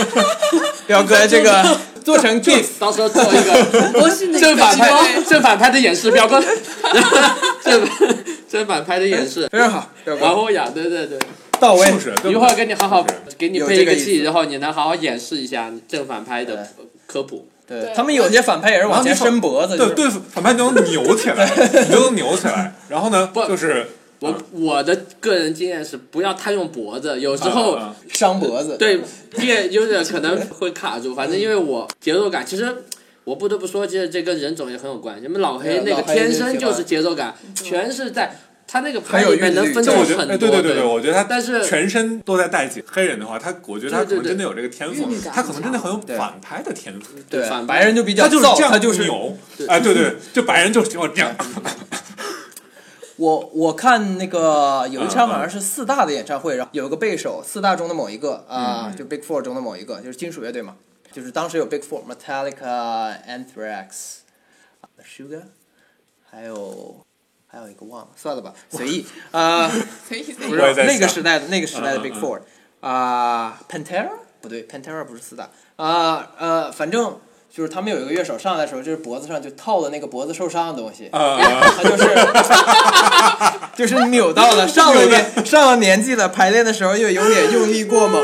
S2: 表哥这个 做成 gif，
S5: 到时候做一个
S6: 我是哪
S5: 正反拍
S6: 个？
S5: 正反拍的演示，表哥， 正反正反拍的演示，
S2: 非常好，表
S5: 然
S2: 哥
S5: 后呀，对对对，
S2: 到位
S4: 是。不是？对不对
S5: 一会儿给你好好给你
S2: 有
S5: 配
S2: 这
S5: 一个
S2: 个意
S5: 戏，
S2: 思
S5: 然后你能好好演示一下正反拍的科普。
S2: 对他们有些反派也是往前伸脖子，
S4: 对对，反派都能扭起 来，你都能扭起来。然后呢，
S5: 不
S4: 就是
S5: 我我的个人经验是不要太用脖子，有时候、
S4: 啊啊
S2: 伤脖子。
S5: 对越有点可能会卡住。反正因为我节奏感，其实我不得不说，其实这跟人种也很有关系。因为老黑那
S2: 对老
S5: 个
S2: 黑
S5: 天生
S2: 就喜
S5: 就
S2: 欢嗯
S5: 是节奏感，全是在他那个
S2: 很
S5: 拍
S2: 有
S5: 里面
S2: 韵
S5: 能
S2: 律
S5: 分
S2: 这
S5: 到
S4: 我
S5: 很
S4: 觉得，哎，
S5: 多
S4: 对对对对，我觉得他
S5: 但是
S4: 全身都在带劲。黑人的话，他我觉得他可
S5: 对对
S4: 能
S5: 对
S4: 真的有这个天赋啊
S6: 韵律，感
S4: 他可能真的很有
S2: 对
S4: 反拍的天赋。
S2: 对
S5: 反，
S2: 白人就比较
S4: 他就是
S2: 燥，
S4: 这样
S2: 他就是
S4: 扭，哎，对对，就白人就喜欢这样。
S2: 我我看那个有一
S4: 嗯
S2: 场
S4: 嗯
S2: 好像是四大的演唱会，然后有一个贝手，四大中的某一个
S4: 嗯
S2: 啊，就 Big Four 中的某一个，就是金属乐队嘛，就是当时有 Big Four、Metallica、Anthrax、Sugar，还有还有一个忘了，算 了吧，随意啊，
S9: 随意
S2: 不
S9: 随意
S2: 是
S4: 我也在想
S2: 那个时代的那个时代的
S4: 嗯嗯
S2: Big
S4: 嗯
S2: Four 啊，Pantera 不对，Pantera 不是四大啊呃，反正就是他们有一个乐手上来的时候，就是脖子上就套了那个脖子受伤的东西，
S4: 呃，
S2: 他就是就是扭到了，上了年上了年纪了，排练的时候又有点用力过猛，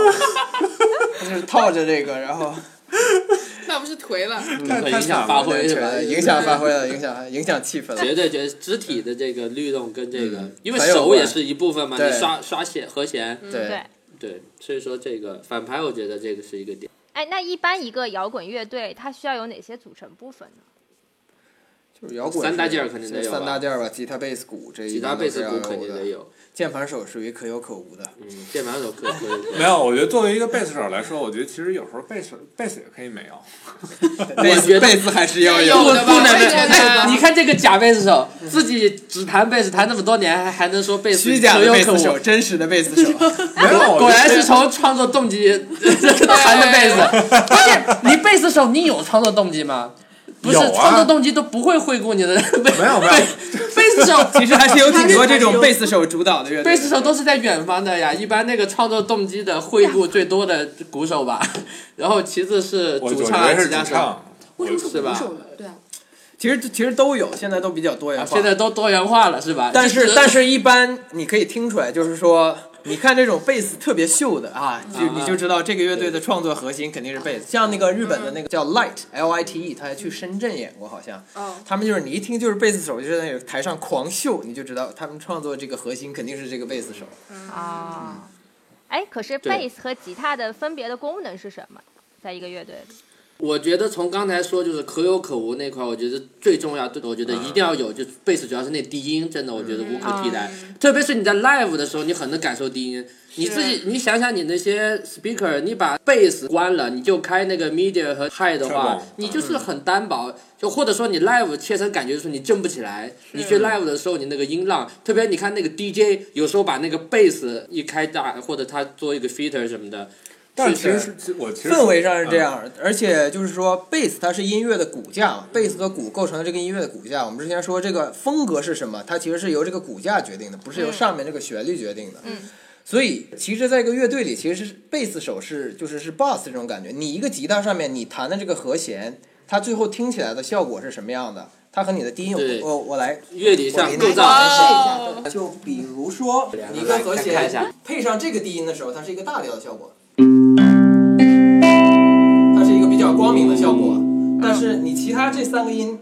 S2: 他就是套着这个，然后
S9: 那不是颓了，
S5: 会影响发挥是吧？
S2: 影响发挥了，影响影响气氛了。
S5: 绝对觉得肢体的这个律动跟这个，
S2: 嗯
S5: 因为
S2: 很有
S5: 手
S2: 关
S5: 也是一部分嘛，
S2: 对嗯
S5: 你刷刷弦和弦，
S2: 对
S8: 对，
S5: 对，所以说这个反拍，我觉得这个是一个点。
S8: 哎，那一般一个摇滚乐队它需要有哪些组成部分呢？
S2: 就是摇滚
S5: 三大件儿肯定得有吧
S2: 三大件儿吧，吉他、贝斯、鼓这一
S5: 吉他、
S2: 般
S5: 贝
S2: 都是
S5: 斯、
S2: 要
S5: 鼓肯定得
S2: 有的，
S5: 有，
S2: 键盘手属于可有可无的。
S5: 嗯，键盘 手可可以。
S4: 没有，我觉得作为一个贝斯手来说，我觉得其实有时候贝斯贝斯也可以没 有。
S2: 贝
S5: 觉
S2: 斯
S5: 得
S2: 贝斯还是要
S9: 这
S2: 有
S9: 有
S5: 不
S2: 的，
S9: 的
S5: 不能
S9: 我也觉得
S5: 哎你看这个假贝斯手，自己只弹贝斯弹那么多年，还还能说贝斯
S2: 虚假
S5: 可
S2: 的
S5: 有
S2: 贝
S5: 可
S2: 斯
S5: 无
S2: 手，真实的贝斯手。
S4: 没有，我觉
S5: 果
S4: 得
S5: 然是从创作动机
S4: 啊
S5: 弹的贝斯。关键你贝斯手，你有创作动机吗？不是、
S4: 有啊
S5: 创作动机都不会回顾你的 贝
S4: 没有没有
S5: 贝贝斯手，
S2: 其实还是有挺多这 种贝斯手主导的乐队的。
S5: 贝斯手都是在远方的呀。一般那个创作动机的回顾最多的鼓手吧， 然后其次是
S4: 我我
S5: 主
S4: 觉
S5: 唱啊、
S4: 得是
S5: 吉
S4: 主
S5: 他手。
S4: 唱，
S6: 为什么是
S5: 是吧
S6: 鼓手呢？对啊，
S2: 其实其实都有，现在都比较多元
S5: 啊
S2: 化。
S5: 现在都多元化了是吧？
S2: 但
S5: 就是
S2: 但是，一般你可以听出来，就是说，你看这种贝斯特别秀的啊，就你就知道这个乐队的创作核心肯定是贝斯。像那个日本的那个叫 Light L I T E，他还去深圳演过，好像。
S9: 哦
S2: 他们就是你一听就是贝斯手，就是在那个台上狂秀，你就知道他们创作这个核心肯定是这个贝斯手。
S8: 啊，哎，可是
S5: 对
S8: 贝斯和吉他的分别的功能是什么？在一个乐队里，
S5: 我觉得从刚才说就是可有可无那块儿，我觉得最重要，对，我觉得一定要有，就是贝斯主要是那低音，真的我觉得无可替代。特别是你在 live 的时候，你很能感受低音。你自己，你想想你那些 speaker，你把贝斯关了，你就开那个 media 和 high 的话
S4: Treble，
S5: 你就是很单薄。就或者说你 live 切身感觉就是你震不起来，你去 live 的时候你那个音浪，特别你看那个 DJ 有时候把那个贝斯一开大，或者他做一个 feater 什么的，
S4: 但
S5: 是
S4: 其实是我其实
S2: 氛围上是这
S4: 嗯
S2: 样，而且就是说，贝斯它是音乐的骨架，贝斯和鼓构成了这个音乐的骨架。我们之前说这个风格是什么，它其实是由这个骨架决定的，不是由上面这个旋律决定的。
S8: 嗯。
S2: 所以，其实，在一个乐队里，其实是贝斯手是就是是 boss 这种感觉。你一个吉他上面你弹的这个和弦，它最后听起来的效果是什么样的？它和你的低音有
S5: 对
S2: 我我来
S5: 乐理上
S2: 我给你
S5: 构造
S2: 展
S5: 很
S2: 示
S5: 像
S2: 一下对就比如说，你一个和
S5: 来看一下
S2: 弦配上这个低音的时候，它是一个大调的效果，它是一个比较光明的效果。但是你其他这三个音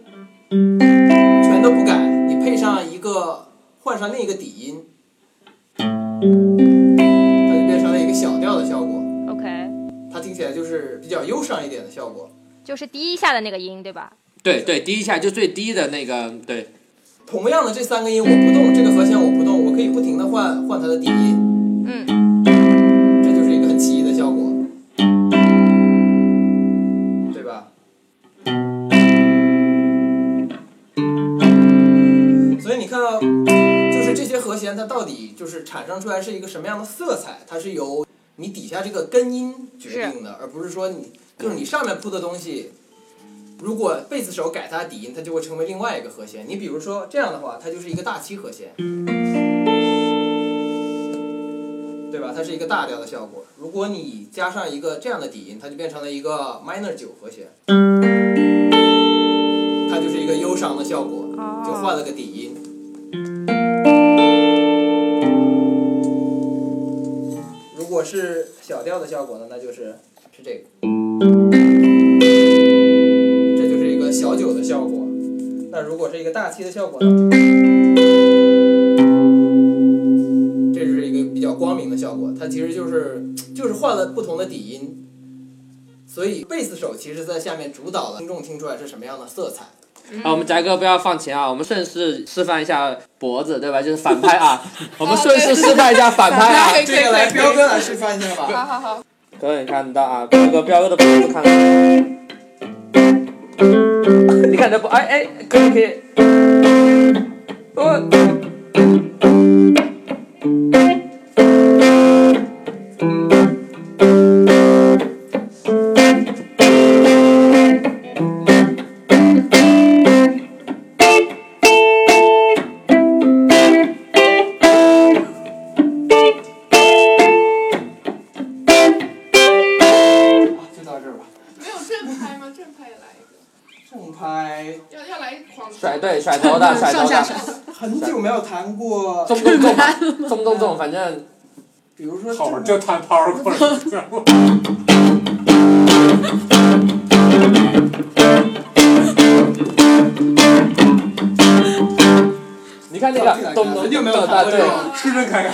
S2: 全都不改，你配上一个换上另一个底音，它就变成了一个小调的效果，
S8: OK，
S2: 它听起来就是比较忧伤一点的效果。
S8: 就是低一下的那个音，对吧？
S5: 对对，第一下就最低的那个，对，
S2: 同样的这三个音我不动，这个和弦我不动，我可以不停的换换它的底音。
S8: 嗯，
S2: 这就是一个很奇异的效果，对吧？所以你看到，就是这些和弦，它到底就是产生出来是一个什么样的色彩？它是由你底下这个根音决定的，而不是说你就是你上面铺的东西。如果贝斯手改它底音，它就会成为另外一个和弦。你比如说这样的话，它就是一个大七和弦。对吧？它是一个大调的效果。如果你加上一个这样的底音，它就变成了一个 minor 九和弦，它就是一个忧伤的效果，就换了个底音。如果是小调的效果呢，那就是是这个，这就是一个小九的效果。那如果是一个大七的效果呢？这是一个比较光明的效果，它其实就是就是换了不同的底音，所以贝斯手其实在下面主导了听众听出来是什么样的色彩。
S5: 啊，我们翟哥不要放钱啊，我们顺势示范一下脖子，对吧？就是反拍啊，我们顺势示范一下反拍啊。
S9: 对
S2: 这个来彪哥来示范一下吧。
S9: 好好好，
S5: 可以看到啊，彪哥彪哥的脖子看看， 你看这不，哎哎，可以可哦以，我。
S2: 就到这儿吧。
S9: 没有正拍吗？正拍也来一个，
S2: 重拍
S9: 要要来一狂
S5: 甩对甩头的甩头
S6: 上下
S5: 的，
S6: 手，
S2: 很久没有弹过，
S5: 重重重吧，重重重，反正
S2: 比如说
S4: 好玩儿，就 弹 power chord。
S5: 你看那个咚咚
S2: 很久没有哦
S5: 咚
S2: 弹
S5: 哒
S2: 过
S5: 对
S2: 这种，
S4: 吃着看看，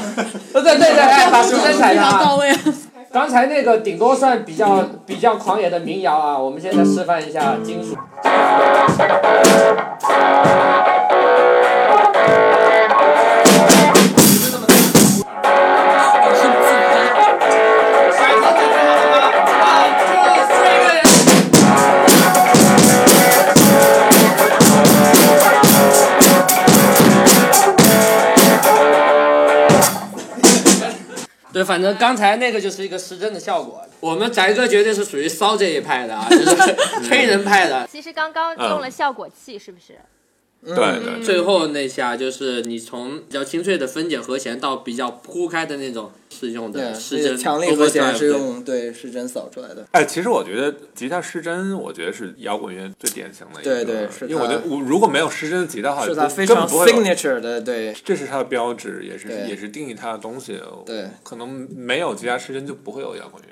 S5: 对对对，哎把时
S6: 这
S5: 针
S6: 个
S5: 踩
S6: 非
S5: 上
S6: 常
S5: 啊。
S6: 到位。
S2: 嗯
S5: 刚才那个顶多算比较比较狂野的民谣啊，我们现在示范一下金属。对，反正刚才那个就是一个失真的效果。我们宅哥绝对是属于骚这一派的啊，就是黑人派的。
S8: 其实刚刚用了效果器，是不是？
S2: 嗯
S4: 对对，
S5: 最后那下就是你从比较清脆的分解和弦到比较铺开的那种是用的失真，
S2: 强力和弦
S5: overdrive，
S2: 是用对失真扫出来的。
S4: 哎，其实我觉得吉他失真，我觉得是摇滚乐最典型的一
S2: 对
S4: 个，
S2: 对是
S4: 因为我觉得
S2: 它
S4: 我如果没有失真的吉他的话，
S2: 是
S4: 它
S2: 它非常
S4: 不会有
S2: signature 的，对
S4: 这是它的标志，也是
S2: 对
S4: 也是定义它的东西。
S2: 对，
S4: 可能没有吉他失真就不会有摇滚乐，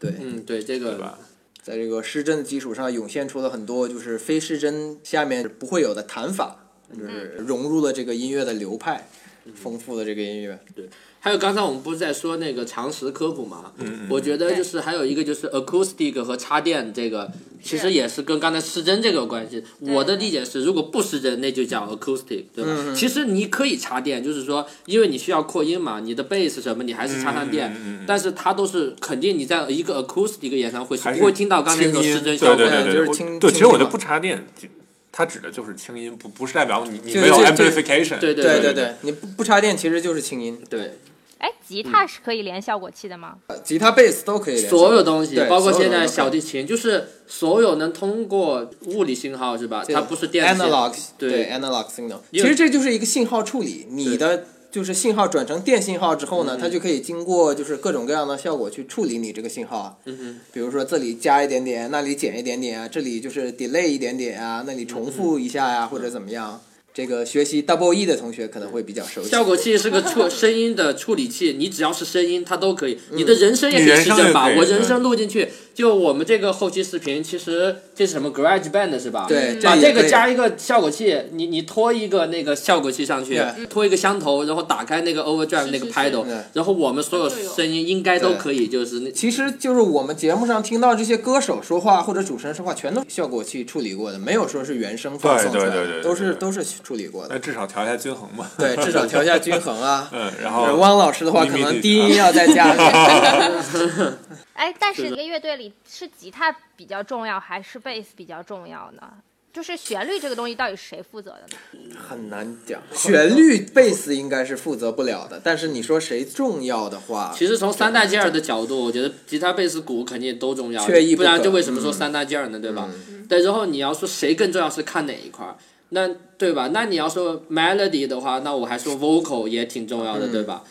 S2: 对，
S5: 嗯，对
S4: 对
S5: 这个
S4: 吧？
S2: 在这个失真的基础上涌现出了很多就是嗯非失真下面不会有的弹法，就是融入了这个音乐的流派。丰富的这个音乐。
S5: 还有刚才我们不是在说那个常识科普嘛？
S2: 嗯
S5: 我觉得就是还有一个就是 acoustic 和插电这个，其实也是跟刚才失真这个有关系。我的理解是，如果不失真，那就叫 acoustic，对
S2: 嗯
S5: 吧？其实你可以插电，就是说，因为你需要扩音嘛，你的 bass 什么，你还是插上
S2: 嗯
S5: 电，但是它都是肯定你在一个 acoustic 演唱会是
S4: 还是
S5: 不会听到刚才那种
S4: 清音
S5: 失真效
S4: 对
S5: 果
S4: 对对
S5: 的。
S2: 就是
S4: 我
S2: 清
S4: 对，
S2: 清
S4: 其实我
S2: 音
S4: 就
S2: 嘛
S4: 不插电，就它指的就是清音，不不是代表你你
S2: 就
S4: 没有
S2: 就就
S4: amplification。
S5: 对对
S2: 对
S5: 对
S2: 对，你不不插电其实就是清音，
S5: 对，
S8: 哎，吉他是可以连效果器的吗？
S2: 呃吉他、贝斯都可以连上。
S5: 所有东西
S2: 对，
S5: 包
S2: 所
S5: 括
S2: 有
S5: 现在
S2: 东西都
S5: 小
S2: 可以
S5: 提琴，就是所有能通过物理信号是吧？
S2: 这
S5: 它不是电子信号
S2: analog
S5: 对
S2: analog signal，其
S5: 因为
S2: 实这就是一个信号处理，你的就是信号转成电信号之后
S5: 嗯
S2: 呢，它就可以经过就是各种各样的效果去处理你这个信号啊，
S5: 嗯
S2: 比如说这里加一点点，那里减一点点啊，这里就是 delay 一点点啊，那里重复一下呀、
S5: 嗯
S2: 或者怎么样。这个学习 double E 的同学可能会比较熟悉。
S5: 效果器是 个处声音的处理器，你只要是声音，它都可以。
S2: 嗯
S5: 你的人声也
S4: 你
S5: 可以
S4: 人
S5: 失
S4: 声
S5: 真
S4: 也
S5: 吧？
S4: 可以嗯
S5: 我
S4: 对
S5: 人声录进去，就我们这个后期视频，其实这是什么 Garage Band 是吧？
S2: 对
S5: 把
S2: 这
S5: 这
S2: 也
S5: 个
S2: 可以
S5: 加一个效果器，你你拖一个那个效果器上去
S2: 对，
S5: 拖一个箱头，然后打开那个 Overdrive 那个
S9: 是
S5: Pedal，
S2: 对
S5: 然后我们所有
S9: 它就有
S5: 声音应该都
S2: 对
S5: 可以，就是那
S2: 其实就是我们节目上听到这些歌手说话或者主持人说话，全都是效果器处理过的，没有说是原声放送出
S4: 对
S2: 来
S4: 对
S2: 的，
S4: 对对对
S2: 都是
S4: 对
S2: 都是处理过的
S4: 那。至少调一下均衡嘛。
S2: 对，至少调一下均衡啊。
S4: 嗯，然
S2: 呃
S4: 后
S2: 汪老师的话，
S4: 秘
S2: 可
S4: 密
S2: 能
S4: 地
S2: 低
S4: 址啊
S2: 音要 再加一点。
S8: 哎，但是
S5: 是的
S8: 一个乐队里是吉他比较重要还是贝斯比较重要呢？就是旋律这个东西到底谁负责的呢？
S2: 很难讲。旋律贝斯应该是负责不了的，但是你说谁重要的话，
S5: 其实从三大件儿的角度，我觉得吉他、贝斯、鼓肯定都重要，
S2: 缺一不
S5: 不然
S2: 可嗯
S5: 就为什么说三大件儿呢？对吧？对，然后你要说谁更重要是看哪一块儿，那对吧？那你要说 melody 的话，那我还说 vocal 也挺
S2: 嗯
S5: 重要的，对吧？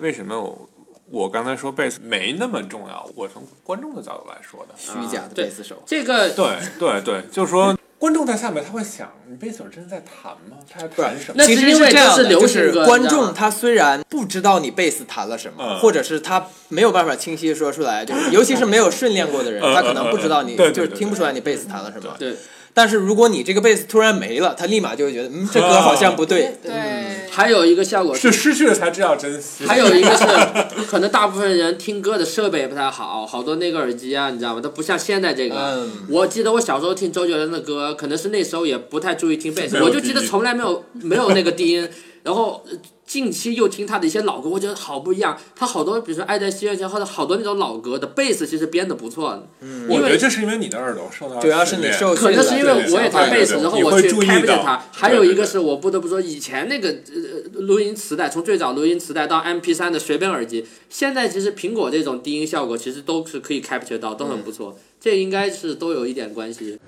S4: 为什么我我刚才说贝斯没那么重要？我从观众的角度来说的。嗯
S2: 虚嗯假的
S5: 对
S2: 贝斯手。
S5: 这个
S4: 对对对，就是说观众在下面他会想，你贝斯手真的在弹吗？他在弹什么
S5: 那？
S2: 其
S5: 是
S2: 实
S5: 因为
S2: 这样
S5: 这
S2: 的，
S5: 是流
S2: 就
S5: 行
S2: 是
S5: 歌
S2: 观
S5: 你知道
S2: 众
S5: 吗
S2: 他虽然不知道你贝斯弹了什么，
S4: 嗯
S2: 或者是他没有办法清晰的说出来， 就是尤其是没有训练过的人，
S4: 嗯
S2: 他可能不知道你，
S4: 嗯对对
S2: 就是
S4: 对
S2: 听不出来你贝斯弹了什么。
S5: 对，
S2: 但是如果你这个贝斯突然没了，他立马就会觉得，嗯，这歌好像不对。
S9: 对，
S5: 还有一个效果
S4: 是失去了才知道珍惜。
S5: 还有一个是，可能大部分人听歌的设备也不太好，好多那个耳机啊，你知道吗？它不像现在这个。
S2: 嗯
S5: 我记得我小时候听周杰伦的歌，可能是那时候也不太注意听贝斯，
S4: 没有
S5: 我就记得
S4: 低音
S5: 从来没有没有那个低音。然后呃近期又听他的一些老歌，我觉得好不一样。他好多，比如说《爱在西元前》或者好多那种老歌的贝斯，其实编的不错的。嗯，
S4: 我
S5: 因
S4: 觉得
S5: 为
S4: 这是因为你的耳朵受到
S2: 主要是你受
S5: 可能是因为我也弹贝斯，
S4: 对对对
S5: 然后
S4: 你
S5: 我
S4: 会
S5: 去
S4: 注意
S5: capture
S4: 到
S5: 它。还有一个是我不得不说，以前那个呃录音磁带，从最早录音磁带到 MP 3的随便耳机，现在其实苹果这种低音效果其实都是可以 capture 到，都很不
S4: 嗯
S5: 错。这应该是都有一点 关系。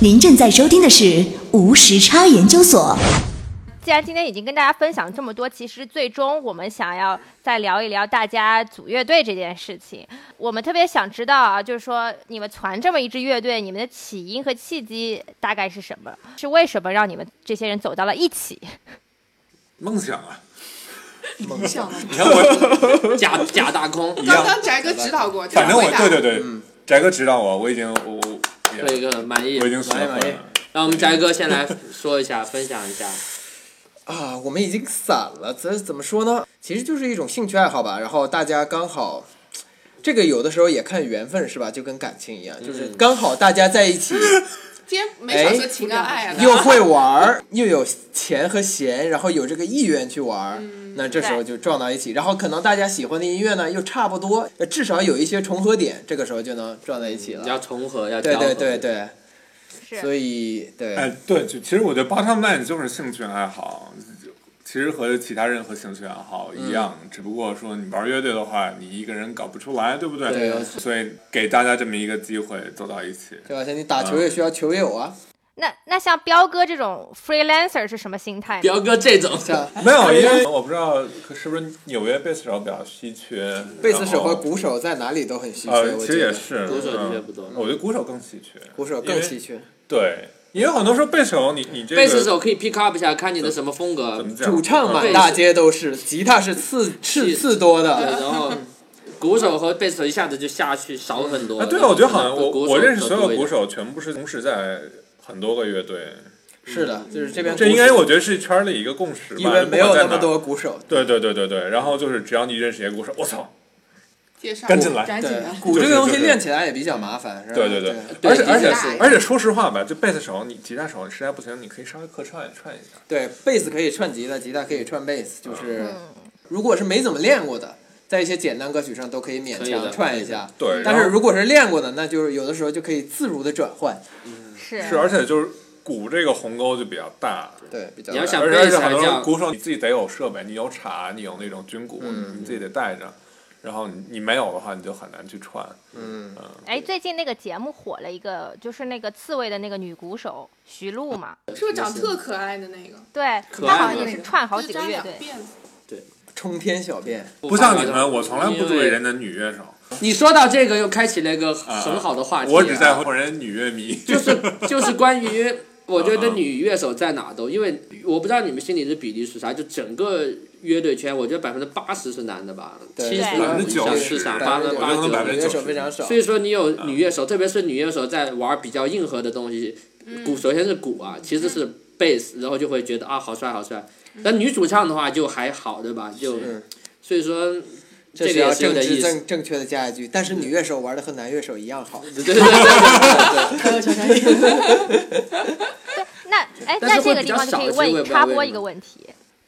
S7: 您正在收听的是无时差研究所。
S8: 既然今天已经跟大家分享这么多，其实最终我们想要再聊一聊大家组乐队这件事情。我们特别想知道啊，就是说你们团这么一支乐队，你们的起因和契机大概是什么？是为什么让你们这些人走到了一起？
S4: 梦想啊。
S6: 梦想了。
S4: 你看我，
S5: 假假大空，
S4: 一
S9: 刚
S4: 样
S9: 刚翟哥指导过，
S4: 反正我
S9: 这个
S4: 对
S9: 回答
S4: 对对，
S2: 嗯
S4: 翟哥指导我，我已经我我
S5: 做一个满意
S4: 我。已经学会
S2: 满意满意
S4: 了。
S5: 让我们翟哥先来说一下，分享一下。
S2: 啊，我们已经散了，怎怎么说呢？其实就是一种兴趣爱好吧，然后大家刚好。这个有的时候也看缘分是吧？就跟感情一样，就是
S5: 嗯
S2: 刚好大家在一 起，
S9: 今天没少说情啊爱啊，
S2: 哎又会玩儿，又有钱和闲，然后有这个意愿去玩儿，
S5: 嗯
S2: 那这时候就撞到一起。然后可能大家喜欢的音乐呢又差不多，呃至少有一些重合点，这个时候就能撞在一起
S5: 嗯要
S2: 了。
S5: 重合，要
S2: 对
S5: 调和
S2: 对对对，所
S8: 是
S2: 以对
S4: 哎，对，就其实我觉得 bottom line 就是兴趣爱好，其实和其他任何兴趣爱好一样，
S5: 嗯
S4: 只不过说你玩乐队的话，你一个人搞不出来，对不对？
S2: 对
S4: 所以给大家这么一个机会走到一起。
S2: 对吧？像你打球也需要球友啊，
S8: 那那像彪哥这种 freelancer 是什么心态呢？
S5: 彪哥这 种
S2: 像
S4: 没有，因为我不知道是不是纽约贝斯手比较稀缺，
S2: 贝斯手
S4: 然后
S2: 和鼓手在哪里都很稀缺，
S4: 呃，
S2: 我
S4: 其
S2: 觉
S4: 实也
S2: 得
S4: 是
S5: 鼓手的确
S4: 嗯
S5: 不多
S4: 我觉得鼓手更稀缺，
S2: 鼓手
S4: 因
S2: 更嗯
S4: 为
S2: 稀缺。
S4: 对，因为很多时候贝斯手你你这个
S5: 贝斯手可以 pick up 一下，看你的什么风格
S4: 怎。么讲？
S2: 主唱满大街都是，吉他是次次次多
S5: 对，
S2: 的。
S5: 然后鼓手和贝斯手一下子就下去少很
S4: 哎
S5: 多。
S4: 啊啊，对啊，我觉得好像我
S5: 鼓手
S4: 我认识所有
S5: 多一
S4: 鼓
S5: 点，
S4: 手全部是同时在很多个乐队。
S2: 是的，就是这边
S4: 这应该我觉得是圈儿里一个共识吧，
S2: 因为没有
S4: 不管在
S2: 那么
S4: 哪儿
S2: 多鼓手，
S4: 对对对对对，然后就是只要你认识一个鼓手，我操，
S9: 介绍，
S4: 赶紧来
S9: 赶紧
S2: 对
S9: 来，
S2: 鼓
S4: 就
S2: 这
S4: 是
S2: 个东西
S4: 就是
S2: 练起来也比较麻烦，是吧？
S4: 对
S2: 嗯对
S4: 对对
S5: 对
S4: 而且
S5: 的
S4: 而且
S9: 确是
S4: 而且说实话吧，就贝斯手你吉他手实在不行，你可以稍微客串串一下。
S2: 对，贝斯可以串吉他，吉他可以串贝斯，就是如果是没怎么练过的，在一些简单歌曲上都可以勉
S5: 可以
S2: 强
S5: 的
S2: 串一下。
S4: 对，
S2: 但
S4: 然
S2: 是
S4: 后
S2: 如果是练过的，那就是有的时候就可以自如的转换，
S8: 是
S4: 是而且就是鼓这个鸿沟就比较大，
S2: 对，比较
S5: 你要想
S4: 而且
S5: 贝
S4: 而
S5: 斯
S4: 且
S5: 还
S4: 很
S5: 这
S4: 多
S5: 样，
S4: 鼓手你自己得有设备，你有镲，你有那种军鼓，你自己得带着。然后你你没有的话，你就很难去串。
S2: 嗯，
S8: 哎，最近那个节目火了一个，就是那个刺猬的那个女鼓手徐璐嘛，
S9: 是不是长特可爱的那个？
S8: 对，
S5: 可
S8: 她
S5: 爱
S8: 好
S5: 的
S8: 像也是串好几个
S9: 就是
S8: 乐
S9: 扎
S8: 队
S9: 两。辫子
S2: 冲天小便，
S4: 不像你们，我从来
S5: 因
S4: 不
S5: 为
S4: 注意人家女乐手，
S5: 你说到这个，又开启了一个很好的话题啊、
S4: 我只在乎人家女乐迷。
S5: 就是就是关于，我觉得女乐手在哪都，因为我不知道你们心里的比例是啥，就整个乐队圈，我觉得百分之八十是男的吧，
S2: 对
S5: 七十
S8: 百分
S5: 以
S4: 之九
S5: 上
S4: 十
S5: 是上，
S4: 对
S5: 八
S2: 百
S5: 十
S2: 分之
S4: 九十
S5: 八九
S4: 百分
S5: 十
S4: 之
S2: 乐手非常少
S5: 所。以说，你有女乐手，特别是女乐手在玩比较硬核的东西，鼓首先是鼓啊，其次是贝斯，然后就会觉得啊，好帅好帅。但女主唱的话就还好，对吧？就是所以说
S2: 这
S5: 这
S2: 是
S5: 个
S2: 要
S5: 也是
S2: 正
S5: 有点
S2: 直
S5: 意思。
S2: 正正确的加一句，但是女乐手玩的和男乐手一样好。
S5: 对对对对对，
S6: 还有乔杉，你
S8: 那哎，
S5: 但是
S8: 在这
S5: 会
S8: 个
S5: 比
S8: 地
S5: 较
S8: 方就可
S5: 少其
S8: 以
S5: 实我也
S8: 问
S5: 不知道
S8: 插
S5: 为
S8: 播
S5: 什
S8: 一
S5: 么
S8: 个问题，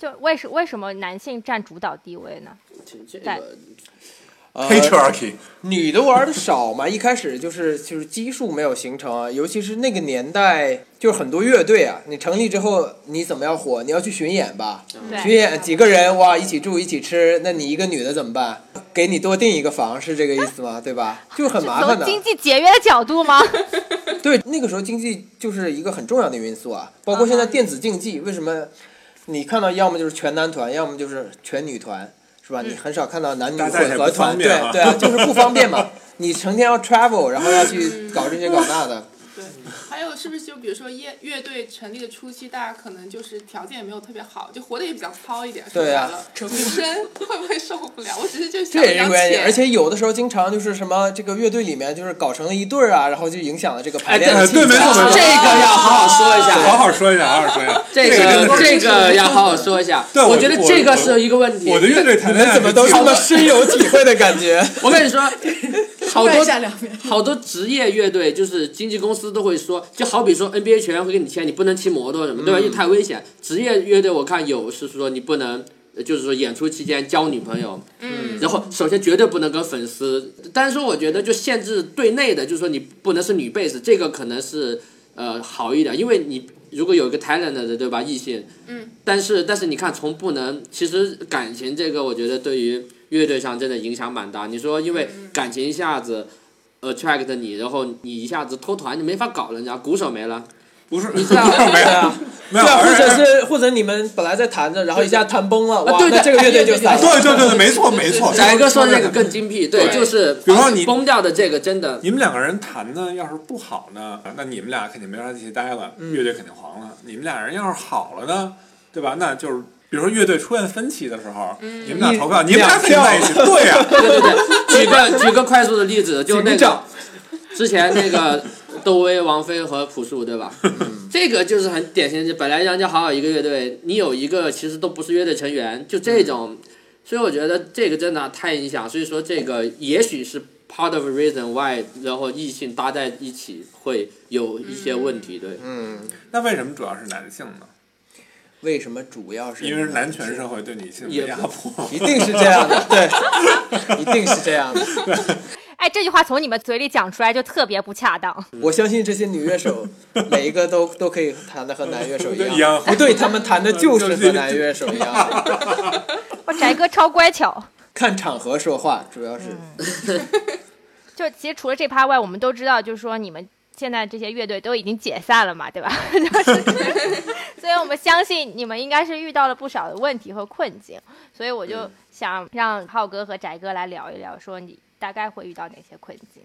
S8: 就为什为什么男性占主导地位呢？
S5: 这个
S2: 呃
S4: Patriarchy，
S2: 女的玩的少嘛，一开始就是就是基数没有形成啊，尤其是那个年代，就是很多乐队啊，你成立之后你怎么要火？你要去巡演吧，巡
S8: 对，
S2: 演几个人哇，一起住一起吃，那你一个女的怎么办？给你多订一个房是这个意思吗？对吧？就是很麻烦
S8: 从
S2: 的。
S8: 经济节约的角度吗？
S2: 对，那个时候经济就是一个很重要的因素啊，包括现
S5: 嗯
S2: 在电子竞技，为什么你看到要么就是全男团，要么就是全女团，是
S5: 嗯
S2: 吧？你很少看到男女
S4: 大家也
S2: 混合
S4: 不方
S2: 团，对
S4: 便啊
S2: 对啊，就是不方便 嘛。你成天要 travel，然后要
S5: 嗯
S2: 去搞这些搞那 的，
S9: 对，还有是不是就比如说乐乐队成立的初期，大家可能就是条件也没有特别好，就活得也比较糙一点。说
S2: 对啊
S9: 白了，女生会不会受不了？我只是就
S2: 这
S9: 想
S2: 也是
S9: 要
S2: 关键。
S9: 钱，
S2: 而且有的时候经常就是什么这个乐队里面就是搞成了一对儿啊，然后就影响了这个排
S5: 哎
S2: 练的
S5: 对
S2: 气氛。
S4: 对没错没错
S5: 这个要好好说一下。
S4: 好好说一下，好好说一下。
S5: 这
S4: 真的
S5: 个
S4: 是
S5: 这个要好好说一下。
S4: 对我
S5: 我觉得这个是一个问题。
S4: 我的乐队谈
S2: 你
S4: 恋
S2: 们
S4: 爱
S2: 怎么都
S4: 是
S2: 这么深有体会的感觉？
S5: 我跟你说，好多
S6: 下两遍。
S5: 好多职业乐队就是经纪公司都会说，就好比说 NBA 球员会跟你签，你不能骑摩托什么，对吧？因为太危险。职业乐队我看有是说你不能。呃就是说，演出期间交女朋友，嗯，然后首先绝对不能跟粉丝，但是说我觉得就限制对内的，就是说你不能是女贝斯，这个可能是呃好一点，因为你如果有一个 talent 的，对吧，异性，嗯，但是但是你看，从不能，其实感情这个，我觉得对于乐队上真的影响蛮大。你说，因为感情一下子 attract 你，然后你一下子脱团，你没法搞了，你知道，鼓手没了，
S4: 不是
S5: 你知道
S4: 没有
S2: 啊
S4: 没有，
S2: 对啊，
S4: 而
S2: 或
S4: 且
S2: 者是或者你们本来在弹着，然后一下弹崩了，哇，
S5: 对
S2: 那
S5: 的
S2: 这个乐队就散了。
S4: 哎对对对对，没错没错。
S5: 仔哥说哦这个更精辟，对，
S4: 对
S5: 就是
S4: 比如说你
S5: 崩掉的这个真的，
S4: 你们两个人谈的要是不好呢，啊那你们俩肯定没法一起待了，
S5: 嗯
S4: 乐队肯定黄了。你们俩人要是好了呢，对吧？那就是比如说乐队出现分歧的时候，
S5: 嗯
S4: 你们俩投票，
S2: 一
S4: 你们俩肯定在一起，对呀、
S5: 对对对，举个举个快速的例子，就那
S2: 鼓
S5: 个
S2: 掌
S5: 之前那个 窦唯、王菲和朴树，对吧？这个就是很典型，就本来人家好好一个乐队，你有一个其实都不是乐队成员，就这种，所以我觉得这个真的太影响。所以说这个也许是 part of reason why，然后异性搭在一起会有一些问题，对。
S4: 那为什么主要是男性呢？
S2: 为什么主要是
S4: 因为是男权社会对女性的压迫。
S2: 一定是这样 的，对，一定是这样的。
S8: 哎，这句话从你们嘴里讲出来就特别不恰当。
S2: 我相信这些女乐手每一个都都可以弹的和男乐手一 样，
S4: 一样
S2: 不对，他们弹的就是和男乐手一 样。
S8: 我宅哥超乖巧。
S2: 看场合说话，主要是
S8: 就其实除了这趴外，我们都知道，就是说你们现在这些乐队都已经解散了嘛，对吧？ 就是所以我们相信你们应该是遇到了不少的问题和困境，所以我就想让浩哥和宅哥来聊一聊，说你大概会遇到哪些困境。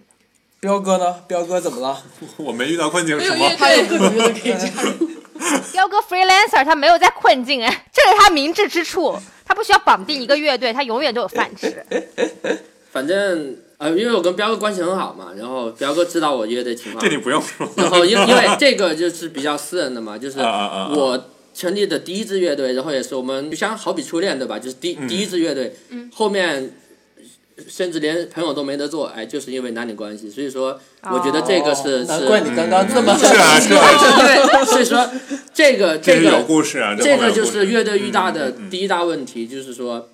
S2: 彪哥呢？彪哥怎么了？
S4: 我没遇到困境
S9: 没
S4: 是
S9: 有
S4: 吗
S9: 乐？
S6: 还有
S9: 队
S6: 各种乐队可以加
S8: 彪哥 freelancer 他没有在困境哎，这是他明智之处，他不需要绑定一个乐队，他永远都有饭吃。
S5: 反正呃，因为我跟彪哥关系很好嘛，然后彪哥知道我乐队情况
S4: 这，你不用说。
S5: 然 后因因为这个就是比较私人的嘛，就是
S4: 啊啊啊啊
S5: 我成立的第一支乐队，然后也是我们就像好比初恋对吧？就是
S4: 嗯
S5: 第、第一支乐队，后面甚至连朋友都没得做，哎，就是因为男女关系，所以说我觉得这个
S4: 哦
S5: 是、
S2: 哦难怪你
S5: 是。
S2: 刚刚这么
S4: 是 啊是啊，是啊
S5: 因为所以说，这 个
S4: 这
S5: 这
S4: 是
S5: 个
S4: 有故事啊，
S5: 这
S4: 后面
S5: 个
S4: 有
S5: 就
S4: 故
S5: 是
S4: 事
S5: 乐队遇到的
S4: 嗯嗯嗯
S5: 第一大问题，就是说，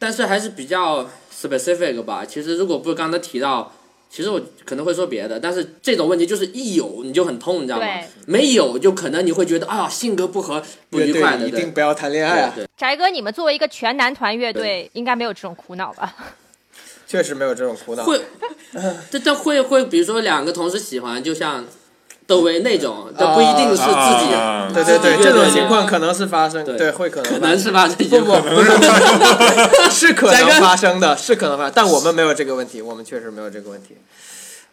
S5: 但是还是比较 specific 吧。其实如果不是刚才提到，其实我可能会说别的，但是这种问题就是一有你就很痛，你知道吗
S8: 对？
S5: 没有就可能你会觉得啊性格不合不愉快
S2: 对，
S5: 的，
S2: 一
S5: 对
S2: 定不要谈恋爱
S5: 对
S2: 啊！
S5: 对，
S8: 翟哥，你们作为一个全男团乐队，应该没有这种苦恼吧？
S2: 确实没有这种苦恼。
S5: 会，这这会会比如说两个同时喜欢，就像窦唯那
S2: 啊
S5: 种，这不一定是自己，
S4: 啊
S2: 对对对，
S5: 对
S2: 这种
S5: 对
S2: 情况可能是发生，
S5: 对
S2: 对，会可能
S5: 可
S2: 发
S5: 能
S2: 生
S5: 是吧？这
S2: 不不不是是可
S5: 宰
S2: 能
S5: 割
S2: 发生的，是可能发生，但我们没有这个问题，我们确实没有这个问题。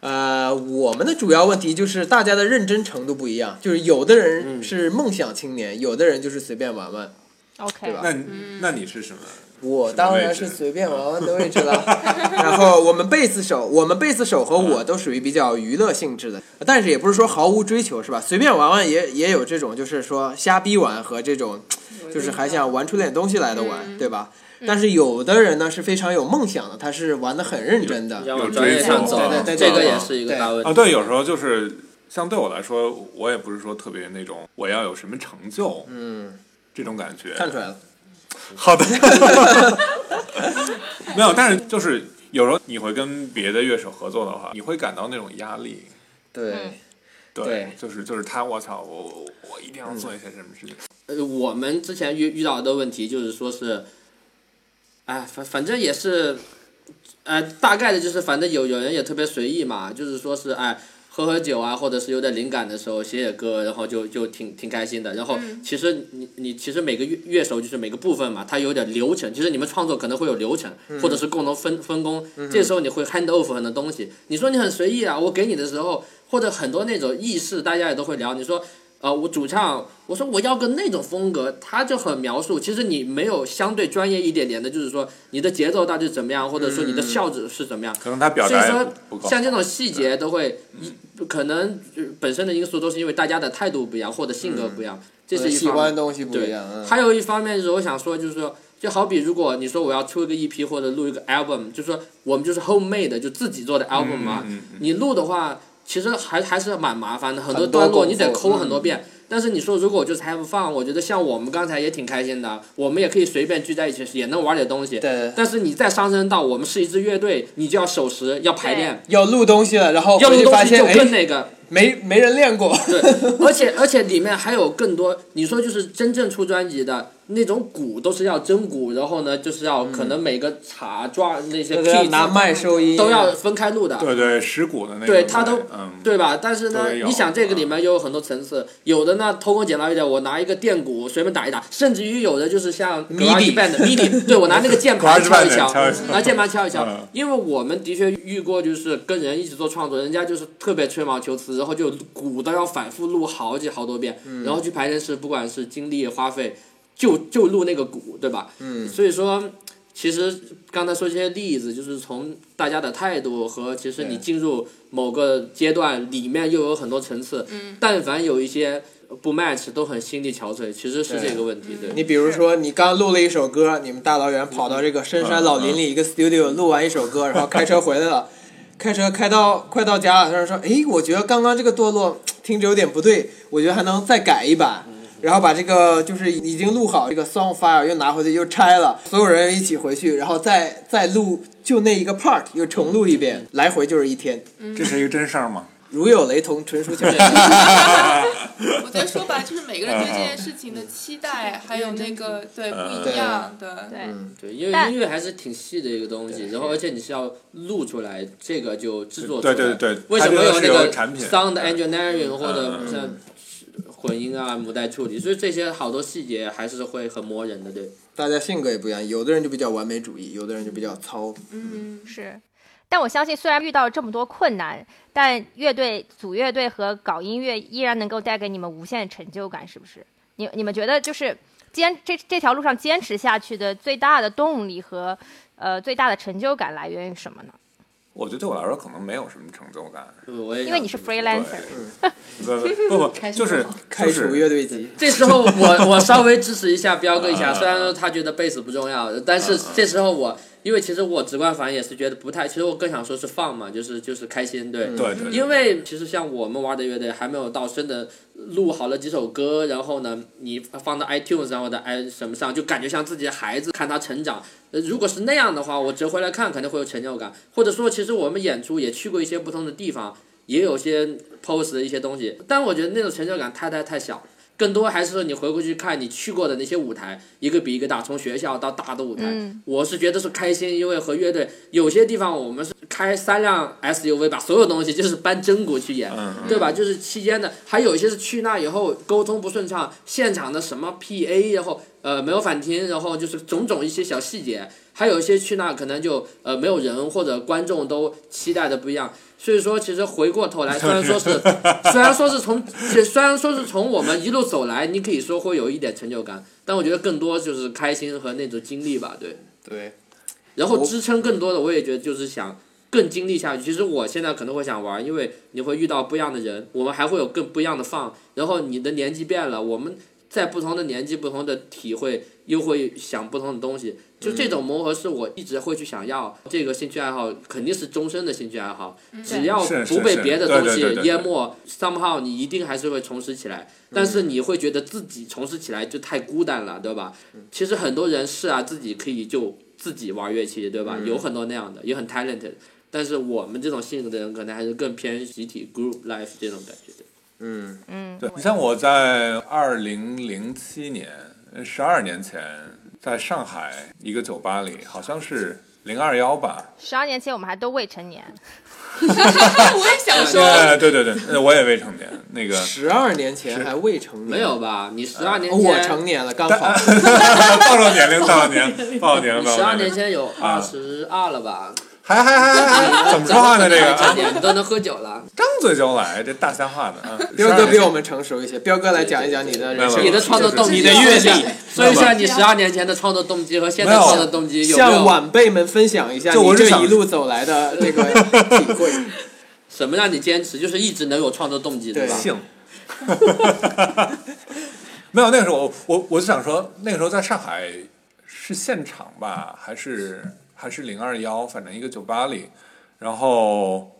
S2: 呃，我们的主要问题就是大家的认真程度不一样，就是有的人是梦想青年，有的人就是随便玩玩。
S8: OK，
S2: 对吧
S4: 那你那
S9: 嗯
S4: 你是什么？
S2: 我当然是随便玩玩的位置了。 然后我们贝斯手，我们贝斯手和我都属于比较娱乐性质的，但是也不是说毫无追求，是吧？随便玩玩也也有这种，就是说瞎逼玩和这种，就是还想玩出点东西来的
S5: 嗯
S2: 玩，对吧？但是有的人呢是非常有梦想的，他是玩的很认真的。
S4: 有
S5: 要往专业上
S4: 追
S5: 走
S4: 求
S2: 对对，对
S5: 这个
S2: 对
S5: 也是一个大问
S4: 啊，
S5: 题。
S4: 对，有时候就是像对我来说，我也不是说特别那种我要有什么成就，嗯，这种感觉。
S2: 看出来了，
S4: 好的， 没有，但是就是有时候你会跟别的乐手合作的话，你会感到那种压力。
S5: 嗯
S2: 对，
S4: 对，
S2: 对
S4: 就是就是他，我操，我我我一定要做一些什么事情。
S5: 呃，我们之前遇遇到的问题就是说是，哎，反反正也是，呃，大概的就是反正有有人也特别随意嘛，就是说是哎。喝喝酒啊，或者是有点灵感的时候写写歌，然后就就挺挺开心的。然后其实你你其实每个乐乐手就是每个部分嘛，它有点流程。其实你们创作可能会有流程，或者是共同分分工。这时候你会 hand off 很多东西。你说你很随意啊，我给你的时候，或者很多那种意识，大家也都会聊。你说呃，我主唱，我说我要个那种风格，他就很描述。其实你没有相对专业一点点的，就是说你的节奏到底怎么样，或者说你的效果是怎么样。
S4: 可能他表
S5: 所以
S4: 达也
S5: 说
S4: 不不，够。
S5: 像这种细节都会，一可能呃本身的因素都是因为大家的态度不一样或者性格不一样，这是一
S2: 嗯喜
S5: 方
S2: 欢
S5: 面。
S2: 的东西不一
S5: 对
S2: 样。嗯，
S5: 还有一方面就是我想说，就是说，就好比如果你说我要出一个 EP 或者录一个 album，就是说我们就是 homemade 的就自己做的 album 嘛，
S4: 嗯嗯嗯
S5: 你录的话，其实还还是蛮麻烦的，很
S2: 多嗯
S5: 段
S2: 功
S5: 落
S2: 夫
S5: 你得抠很多遍。但是你说如果就是 have fun，我觉得像我们刚才也挺开心的，我们也可以随便聚在一起，也能玩点东西。
S2: 对
S5: 但是你再上升到我们是一支乐队，你就要守时，要排练，
S2: 要录东西了，然后
S5: 要
S2: 回
S5: 录
S2: 去
S5: 东
S2: 发
S5: 西
S2: 现，
S5: 就更
S2: 哎，
S5: 那个。
S2: 没没人练过。
S5: 对，而且而且里面还有更多，你说就是真正出专辑的那种鼓都是要真鼓，然后呢就是要可能每个镲抓那些
S2: 这嗯
S5: P
S2: 个要拿麦收音啊
S5: 都要分开录的。
S4: 对对，石鼓的那个，
S5: 对他都
S4: 嗯，
S5: 对吧？但是
S4: 都
S5: 呢，
S4: 得有
S5: 你想
S2: 啊
S5: 这个里面又有很多层次，有的呢偷工减料一点，我拿一个电鼓随便打一打，甚至于有的就是像
S2: MIDI
S5: GarageBand MIDI，对我拿那个键盘
S4: GarageBand
S5: 敲一敲
S4: 敲一敲，
S5: 拿键盘啊敲一敲
S4: 嗯，
S5: 因为我们的确遇过，就是跟人一起做创作，人家就是特别吹毛求疵，然后就鼓都要反复录好几好多遍，
S2: 嗯
S5: 然后去排练室，不管是精力花费，就就录那个鼓，对吧？嗯，所以说。其实刚才说这些例子，就是从大家的态度和其实你
S2: 对
S5: 进入某个阶段里面又有很多层次，但凡有一些不 match 都很心力憔悴，其实是
S2: 对
S5: 这个问题，对。
S2: 你比如说，你刚录了一首歌，你们大老远跑到这个深山老林里一个 studio 录完一首歌，然后开车回来了，开车开到快到家了，他说：“诶，我觉得刚刚这个段落听着有点不对，我觉得还能再改一版。”然后把这个就是已经录好这个 song file 又拿回去又拆了，所有人一起回去，然后再再录就那一个 part 又重录一遍，来回就是一天，
S4: 这是一个真事儿 吗？
S2: 如有雷同，纯属巧合。
S9: 我觉得说白了就是每个人对这件事情的期待，还有那个对不一样的，
S8: 对，
S5: 对，因为
S8: 但
S5: 音乐还是挺细的一个东西，然后而且你是要录出来，这个就制作出
S4: 对
S5: 来。
S4: 对对对
S5: 为什么有
S4: 它就
S5: 那
S4: 是有
S5: 个
S4: 产品
S5: sound
S4: 对
S5: engineering 或者
S4: 嗯
S5: 像混音啊、母带处理，所以这些好多细节还是会很磨人的，对。
S2: 大家性格也不一样，有的人就比较完美主义，有的人就比较糙。
S8: 是。但我相信，虽然遇到这么多困难，但乐队组乐队和搞音乐依然能够带给你们无限成就感，是不是？你你们觉得就是坚这这条路上坚持下去的最大的动力和呃最大的成就感来源于什么呢？
S4: 我觉得对我来说可能没有什么成就感，
S5: 我也
S8: 因为你是 freelancer，
S4: 对，不不不，就是
S2: 开
S4: 就
S2: 除乐
S4: 是
S2: 队级，
S5: 这时 候我我稍微支持一下彪哥一下，
S4: 啊
S5: 虽然说他觉得贝斯不重要，但是这时候我因为其实我直观反应也是觉得不太，其实我更想说是放嘛，就是就是开心，对。
S4: 嗯对对，
S5: 因为其实像我们玩的乐队还没有到真的录好了几首歌，然后呢，你放到 iTunes 然后在 i 什么上，就感觉像自己的孩子看他成长。呃如果是那样的话，我折回来看肯定会有成就感。或者说，其实我们演出也去过一些不同的地方，也有些 pose 的一些东西，但我觉得那种成就感太太太小了。更多还是说你回过去看你去过的那些舞台，一个比一个大，从学校到大的舞台，
S8: 嗯
S5: 我是觉得是开心，因为和乐队有些地方我们是开三辆 SUV 把所有东西就是搬真鼓去演，
S4: 嗯嗯
S5: 对吧？就是期间的，还有一些是去那以后沟通不顺畅，现场的什么 PA，然后呃没有反听，然后就是种种一些小细节，还有一些去那可能就呃没有人或者观众都期待的不一样。所以说，其实回过头 来，虽然说是， 虽然说是从，虽然说是从我们一路走来，你可以说会有一点成就感，但我觉得更多就是开心和那种经历吧，对。
S2: 对，
S5: 然后
S2: 我
S5: 支撑更多的，我也觉得就是想更经历下去。其实我现在可能会想玩，因为你会遇到不一样的人，我们还会有更不一样的放。然后你的年纪变了，我们在不同的年纪、不同的体会，又会想不同的东西。就这种磨合是我一直会去想要这个兴趣爱好，肯定是终身的兴趣爱好。只要
S4: 是是
S5: 不被
S4: 是
S5: 别的
S4: 对
S5: 东
S4: 对
S5: 西
S4: 对对嗯
S5: 淹没，somehow 你一定还是会重拾起来。但是你会觉得自己重拾起来就太孤单了，对吧？
S4: 嗯
S5: 其实很多人是啊，自己可以就自己玩乐器，对
S4: 嗯
S5: 吧？有很多那样的，也很 talented。但是我们这种性格的人，可能还是更偏集体 group life 这种感觉的。
S2: 嗯，
S8: 嗯，
S4: 对你像我在二零零七年，十二年前，在上海一个酒吧里，好像是零二幺吧，
S8: 十二年前我们还都未成年，
S9: 我也想说，
S4: 对对对对，呃我也未成年，那个
S2: 十二年前还未成年，
S5: 没有吧？你十
S4: 呃
S5: 二年
S2: 哦，
S5: 前，
S2: 我成年了，刚好，
S4: 暴露年龄，暴露年龄，暴露年龄，
S5: 你
S4: 暴
S5: 十
S4: 露
S5: 二
S4: 年
S5: 年
S4: 龄，
S5: 前有二十二了吧？
S4: 还还还还还，怎么说话呢？这个
S5: 成
S4: 啊
S5: 年你都能喝酒 了，
S4: 张嘴就来，这大虾话呢？啊
S2: 彪哥比
S4: 12
S2: 我们成熟一些，彪哥来讲一讲你的人生，
S5: 你的创作动机，
S2: 你的阅历，
S5: 所以说你十二年前的创作动机和现在
S4: 没有
S5: 创作动机有没
S2: 向
S5: 有
S2: 晚辈们分享一下
S4: 就
S2: 你
S4: 我是
S2: 这
S4: 想
S2: 一路走来的这个体会。
S5: 什么让你坚持？就是一直能有创作动机，
S2: 对
S5: 吧？
S4: 性。 没有，那个时候我我我就想说，那个时候在上海是现场吧，还是还是零二幺，反正一个酒吧里，然后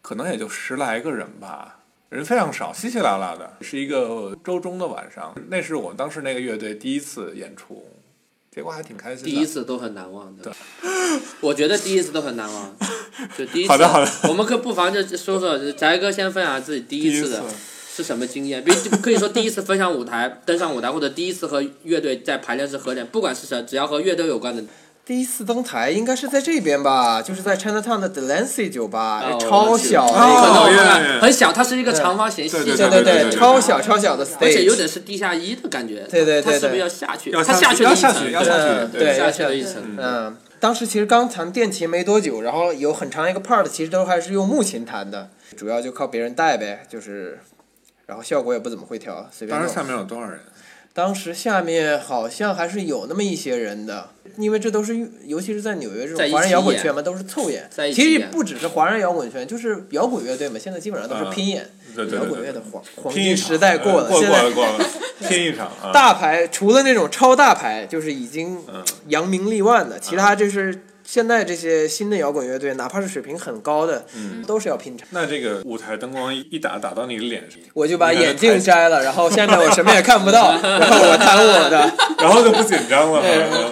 S4: 可能也就十来个人吧，人非常少，稀稀拉拉的，是一个周中的晚上，那是我当时那个乐队第一次演出，结果还挺开心的。
S5: 第一次都很难忘的，我觉得第一次都很难忘，就第一次。啊
S4: 好的好的
S5: 我们可不妨就说说翟哥先分享自己第
S4: 第
S5: 一
S4: 一
S5: 次的是什么经验，比可以说第一次分享舞台、登上舞台，或者第一次和乐队在排练室合练，不管是谁，只要和乐队有关的，
S2: 第一次登台应该是在这边吧，就是在 Chinatown 的 Delancey 酒吧，呃
S5: 哦
S2: 超小
S5: 可
S2: 的一个，
S4: 哦
S5: 能我看
S4: 对对
S5: 看很小，它是一个长方形，细
S4: 对对
S5: 长
S2: 对
S5: 的
S2: 对，
S5: 那种
S2: 超小超小的 stage，
S5: 而且有点是地下一的感觉，
S2: 对对对
S5: 它是不
S2: 对
S5: 是要下去？
S4: 要
S5: 它
S4: 下去
S5: 了
S4: 要
S5: 一层
S4: 下，去要下
S2: 嗯
S4: 去
S2: 对，
S5: 下
S2: 要
S5: 去了一层，
S2: 嗯，当时其实刚弹电琴没多久，然后有很长一个 part 其实都还是用木琴弹的，主要就靠别人带呗，就是，然后效果也不怎么会调，随便
S4: 当
S2: 弄
S4: 时。下面有多少人？
S2: 当时下面好像还是有那么一些人的，因为这都是，尤其是在纽约这
S5: 在
S2: 种
S5: 一起
S2: 华人摇滚圈嘛，都是凑演
S5: 在。一起
S2: 其实
S5: 演
S2: 不只是华人摇滚圈，就是摇滚乐队嘛，现在基本上都是拼演。
S4: 啊对对
S2: 摇
S4: 对
S2: 滚乐
S4: 对
S2: 的
S4: 对，
S2: 黄黄
S4: 拼一
S2: 金
S4: 场
S2: 时代过
S4: 呃
S2: 了，
S4: 过
S2: 现
S4: 过了
S2: 在
S4: 过 了，拼一场啊！
S2: 大牌除了那种超大牌，就是已经
S4: 嗯
S2: 扬名立万的，
S4: 啊
S2: 其他就是现在这些新的摇滚乐队，哪怕是水平很高的，
S4: 嗯
S2: 都是要拼场。
S4: 那这个舞台灯光一打打到你的脸上，
S2: 我就把
S4: 你还能
S2: 眼镜
S4: 抬起
S2: 摘了，然后下面我什么也看不到，然后我弹我的，
S4: 然后就不紧张了，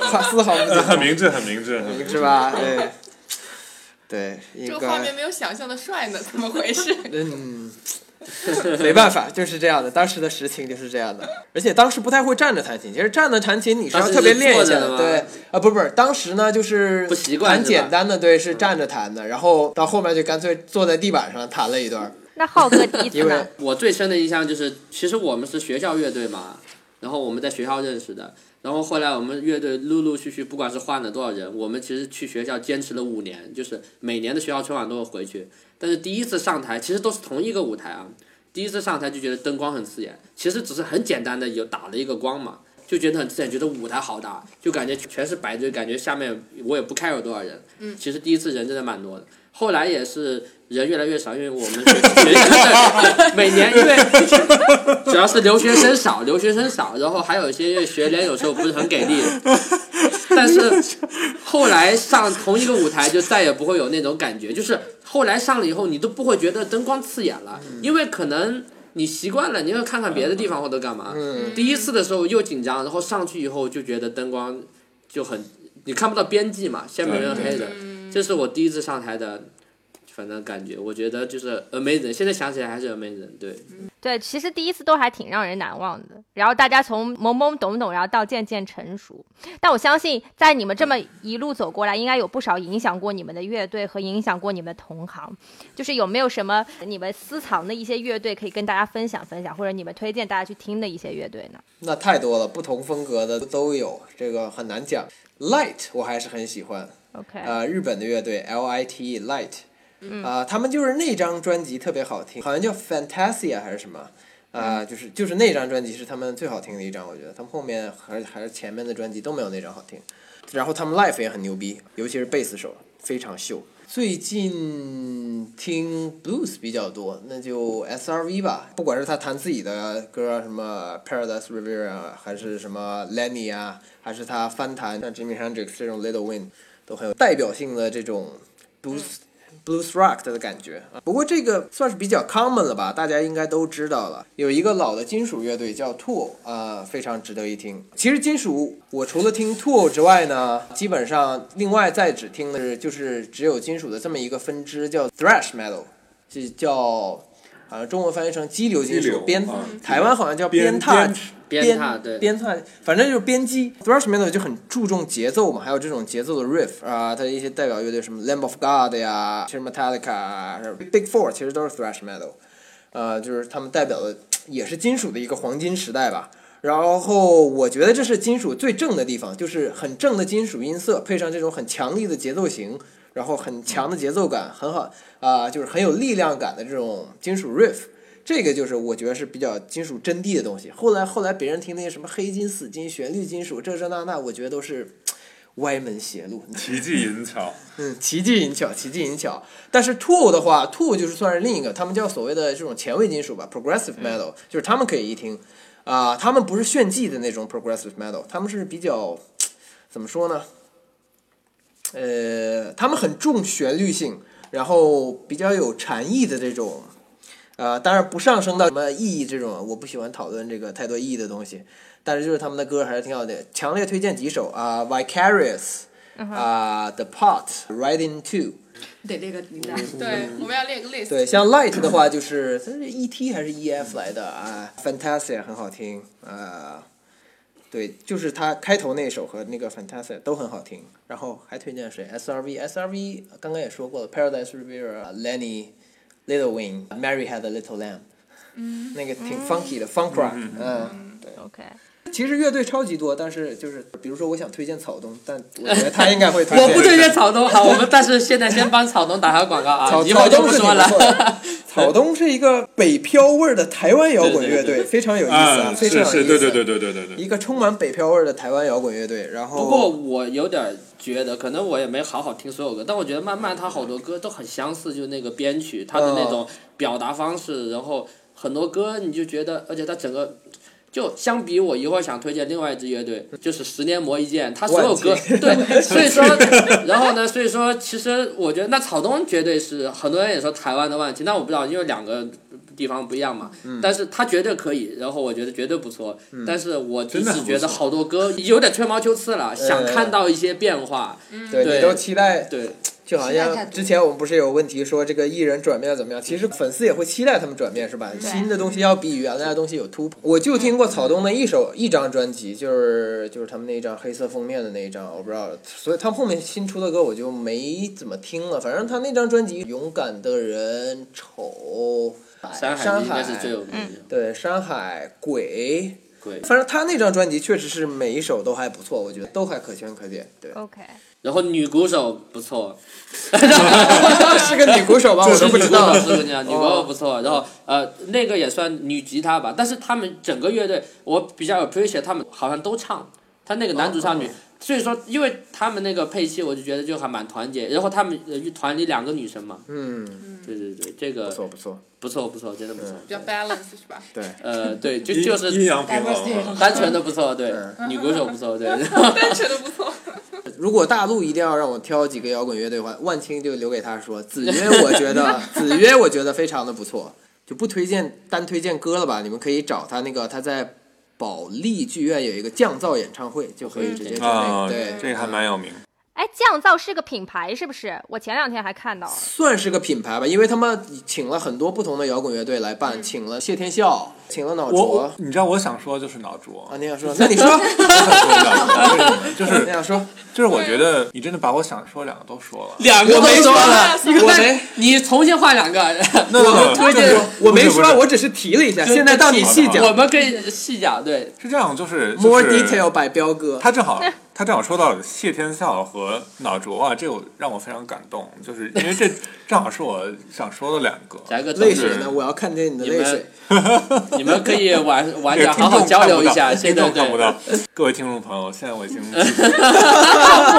S2: 他丝毫不紧
S4: 呃很
S2: 张，
S4: 明智，很明智，很明智
S2: 是？吧？对，对，一
S9: 这
S2: 个
S9: 个画面没有想象的帅呢，怎么回事？
S2: 嗯，没办法，就是这样的，当时的实情就是这样的。而且当时不太会站着弹琴，其实站着弹琴你是要
S5: 当时
S2: 特别
S5: 是
S2: 练一
S5: 坐
S2: 下
S5: 着的
S2: 的，
S5: 吗
S2: 对，啊、不是不是，当时呢就是
S5: 不习惯
S2: 弹
S5: 是吧
S2: 简单的，对，是站着弹的，然后到后面就干脆坐在地板上弹了一段儿，
S8: 那浩哥第一次
S2: 因为
S8: 呢？
S5: 我最深的印象就是，其实我们是学校乐队嘛，然后我们在学校认识的，然后后来我们乐队陆陆续续，不管是换了多少人，我们其实去学校坚持了五年，就是每年的学校春晚都会回去，但是第一次上台其实都是同一个舞台啊，第一次上台就觉得灯光很刺眼，其实只是很简单的有打了一个光嘛，就觉得很自然，觉得舞台好大，就感觉全是白，就感觉下面我也不 care 有多少人。嗯，其实第一次人真的蛮多的，后来也是人越来越少，因为我们学生的每年因为主要是留学生少，留学生少，然后还有一些因为学联有时候不是很给力，但是后来上同一个舞台就再也不会有那种感觉，就是后来上了以后你都不会觉得灯光刺眼了，因为可能你习惯了，你要看看别的地方或者干嘛。第一次的时候又紧张，然后上去以后就觉得灯光就很，你看不到边际嘛，下面人黑的，这是我第一次上台的。反正感觉，我觉得就是 amazing。现在想起来还是 amazing，对，
S8: 对，其实第一次都还挺让人难忘的。然后大家从懵懵懂懂，然后到渐渐成熟。但我相信，在你们这么一路走过来，应该有不少影响过你们的乐队和影响过你们的同行。就是有没有什么你们私藏的一些乐队可以跟大家分享分享，或者你们推荐大家去听的一些乐队呢？
S2: 那太多了，不同风格的都有，这个很难讲。Light 我还是很喜欢，
S8: OK，
S2: 呃，日本的乐队 L I T E Light，啊、他们就是那张专辑特别好听，好像叫 Fantasia 还是什么，啊、就是就是那张专辑是他们最好听的一张，我觉得他们后面还是还是前面的专辑都没有那张好听。然后他们 Life 也很牛逼，尤其是贝斯手非常秀。最近听 blues 比较多，那就 SRV 吧。不管是他弹自己的歌，啊什么 Paradise River 啊，还是什么 Lenny 啊，还是他翻弹像 Jimi Hendrix 这种 Little Win，都很有代表性的这种 blues blues rock 的感觉。啊不过这个算是比较 common 了吧，大家应该都知道了。有一个老的金属乐队叫 Tool，啊、非常值得一听。其实金属我除了听 Tool 之外呢，基本上另外再只听的是就是只有金属的这么一个分支叫 thrash metal，是叫。好像中文翻译成激流金
S4: 激
S2: 属
S4: 流，
S2: 边、
S4: 啊
S2: 台湾好像叫
S4: 边
S2: 踏
S4: 边
S5: 边
S2: 边
S5: 踏对
S2: 边踏，反正就是编辑。Thrash metal 就很注重节奏嘛，还有这种节奏的 riff 啊，它的一些代表乐队什么 Lamb of God 呀，其实 Metallica 啊还有，Big Four 其实都是 Thrash metal，呃，就是他们代表的也是金属的一个黄金时代吧。然后我觉得这是金属最正的地方，就是很正的金属音色，配上这种很强力的节奏型，然后很强的节奏感，很好啊、就是很有力量感的这种金属 riff。这个就是我觉得是比较金属真谛的东西。后来后来别人听那些什么黑金、死金、旋律金属这这那那，我觉得都是歪门邪路。
S4: 奇技淫巧，
S2: 嗯，奇技淫巧，奇技淫巧。但是 Tool 的话，Tool 就是算是另一个，他们叫所谓的这种前卫金属吧，Progressive Metal，、就是他们可以一听，啊、他们不是炫技的那种 Progressive Metal，他们是比较怎么说呢？呃，他们很重旋律性，然后比较有禅意的这种，呃，当然不上升到什么意义这种，我不喜欢讨论这个太多意义的东西。但是就是他们的歌还是挺好的，强烈推荐几首啊、v i c a r i o u s 啊、The Pot、Riding Two，
S6: 得列个名单。
S9: 对，我们要列个 list。
S2: 对，像 Light 的话就是它是 E T 还是 E F 来的啊，Fantasia 很好听啊，对，就是它开头那首和那个 Fantasia 都很好听，然后还推荐谁？S R V，S R V 刚刚也说过了，Paradise Riviera、Lenny、Little Wing、Mary Had a Little Lamb，嗯， 那个挺 funky 的 funk rock，嗯，对。
S8: OK，
S2: 其实乐队超级多，但是就是比如说我想推荐草东，但我觉得他应该会推荐。
S5: 我不推荐草东，好，我们但是现在先帮草东打下广告啊
S2: 草，
S5: 以后
S2: 草
S5: 就
S2: 东是挺
S5: 说了
S2: 不。错 的草东是一个北漂味儿的台湾摇滚乐
S5: 对对
S2: 队，非常有意思啊，
S4: 啊，
S2: 非
S4: 是
S2: 常有意思。
S4: 是，对对对对对对对，
S2: 一个充满北漂味儿的台湾摇滚乐队，然后
S5: 不过我有点觉得，可能我也没好好听所有歌，但我觉得慢慢他好多歌都很相似，就那个编曲，他的那种表达方式，然后很多歌你就觉得，而且他整个。就相比我一会儿想推荐另外一支乐队，就是十年磨一剑，他所有歌
S2: 万劫
S5: 对，所以说，然后呢，所以说，其实我觉得那草东绝对是很多人也说台湾的万青，但我不知道，因为两个地方不一样嘛，但是他绝对可以，然后我觉得绝对不错，但是我只
S4: 真的很
S5: 是
S4: 不
S5: 觉得
S4: 错
S5: 好多歌有点吹毛求疵
S2: 呃
S5: 了，想看到一些变化，
S2: 对
S5: 对
S2: 你都期待，
S5: 对
S2: 就好
S6: 期待太
S2: 像
S6: 多
S2: 之前我们不是有问题说这个艺人转变怎么样？其实粉丝也会期待他们转变是吧？新的东西要比原来的东西有突破。我就听过草东的一首一张专辑，就是就是他们那一张黑色封面的那一张，我不知道，所以他们后面新出的歌我就没怎么听了。反正他那张专辑《勇敢的人》、《丑》、
S5: 山海
S2: 哎山
S5: 应该是最有
S2: 海，
S5: 名的，
S2: 对，《山海》、《鬼》。
S5: 对，
S6: 哦
S2: 反正他那张专辑确实是每一首都还不错，我觉得都还可圈可点。对，
S8: OK，
S5: 然后女鼓手 不错，
S6: 啊
S2: 是个女鼓手吗？我都不知道
S5: 是。女鼓手是个女鼓手不错。然后呃，那个也算女吉他吧，但是他们整个乐队，我比较 appreciate 他们好像都唱，他那个男主唱
S2: 哦
S5: 女，所以说因为他们那个配器，我就觉得就还蛮团结。然后他们呃团里两个女生嘛，
S2: 嗯，
S5: 对对对，这个
S2: 不错不嗯错，
S5: 不错不错，真的不错。
S9: 比较 balance 是 吧？
S2: 对。
S5: 呃，对，就
S4: 阴
S5: 就是
S4: 阴阳平衡啊
S6: Diversity
S5: 单纯的不错，对，
S2: 嗯
S5: 女鼓手 不错，对。
S9: 单纯的不错。
S2: 如果大陆一定要让我挑几个摇滚乐队的话，万青就留给他说。子 曰，我觉得子曰，我觉得非常的不错，就不推荐单推荐歌了吧？你们可以找他那个他在保利剧院有一个降噪演唱会，就可以直接找那
S4: 啊
S2: 个。，对，
S4: 这个还蛮有名。
S8: 哎，降噪是个品牌是不是？我前两天还看到了。
S2: 算是个品牌吧，因为他们请了很多不同的摇滚乐队来办，请了谢天笑，请了脑
S4: 我我
S2: 浊。
S4: 你知道我想说就是脑浊
S2: 啊，，你想说？那你 说，
S4: 就
S2: 你
S4: 是
S2: 想说？
S4: 就是我觉得你真的把我想说两个都说了。
S5: 两
S2: 我没说了，我
S5: 那
S2: 没，
S5: 你重新换两个，
S4: 那
S2: 我推荐，我没说，我只是提了一下。现在到你细
S5: 我
S2: 讲。
S5: 们可以细讲，对，
S4: 是这样，就是就是
S2: More detail by 彪哥。
S4: 他正好，他正好说到谢天笑和脑浊啊，这我让我非常感动，就是因 为这正好是我想说的两个。
S5: 讲一个
S2: 泪
S5: 正
S2: 水
S5: 式，
S2: 呢？我要看见你的
S5: 你
S2: 泪水
S5: 们。 你们可以晚晚
S4: 这个
S5: 点
S4: 听
S5: 好好
S4: 众
S5: 交
S4: 看不
S5: 流一
S4: 到
S5: 下，
S4: 听
S5: 现在
S4: 众看不
S5: 对
S4: 到。各位听众朋友，现在我已 经
S6: 不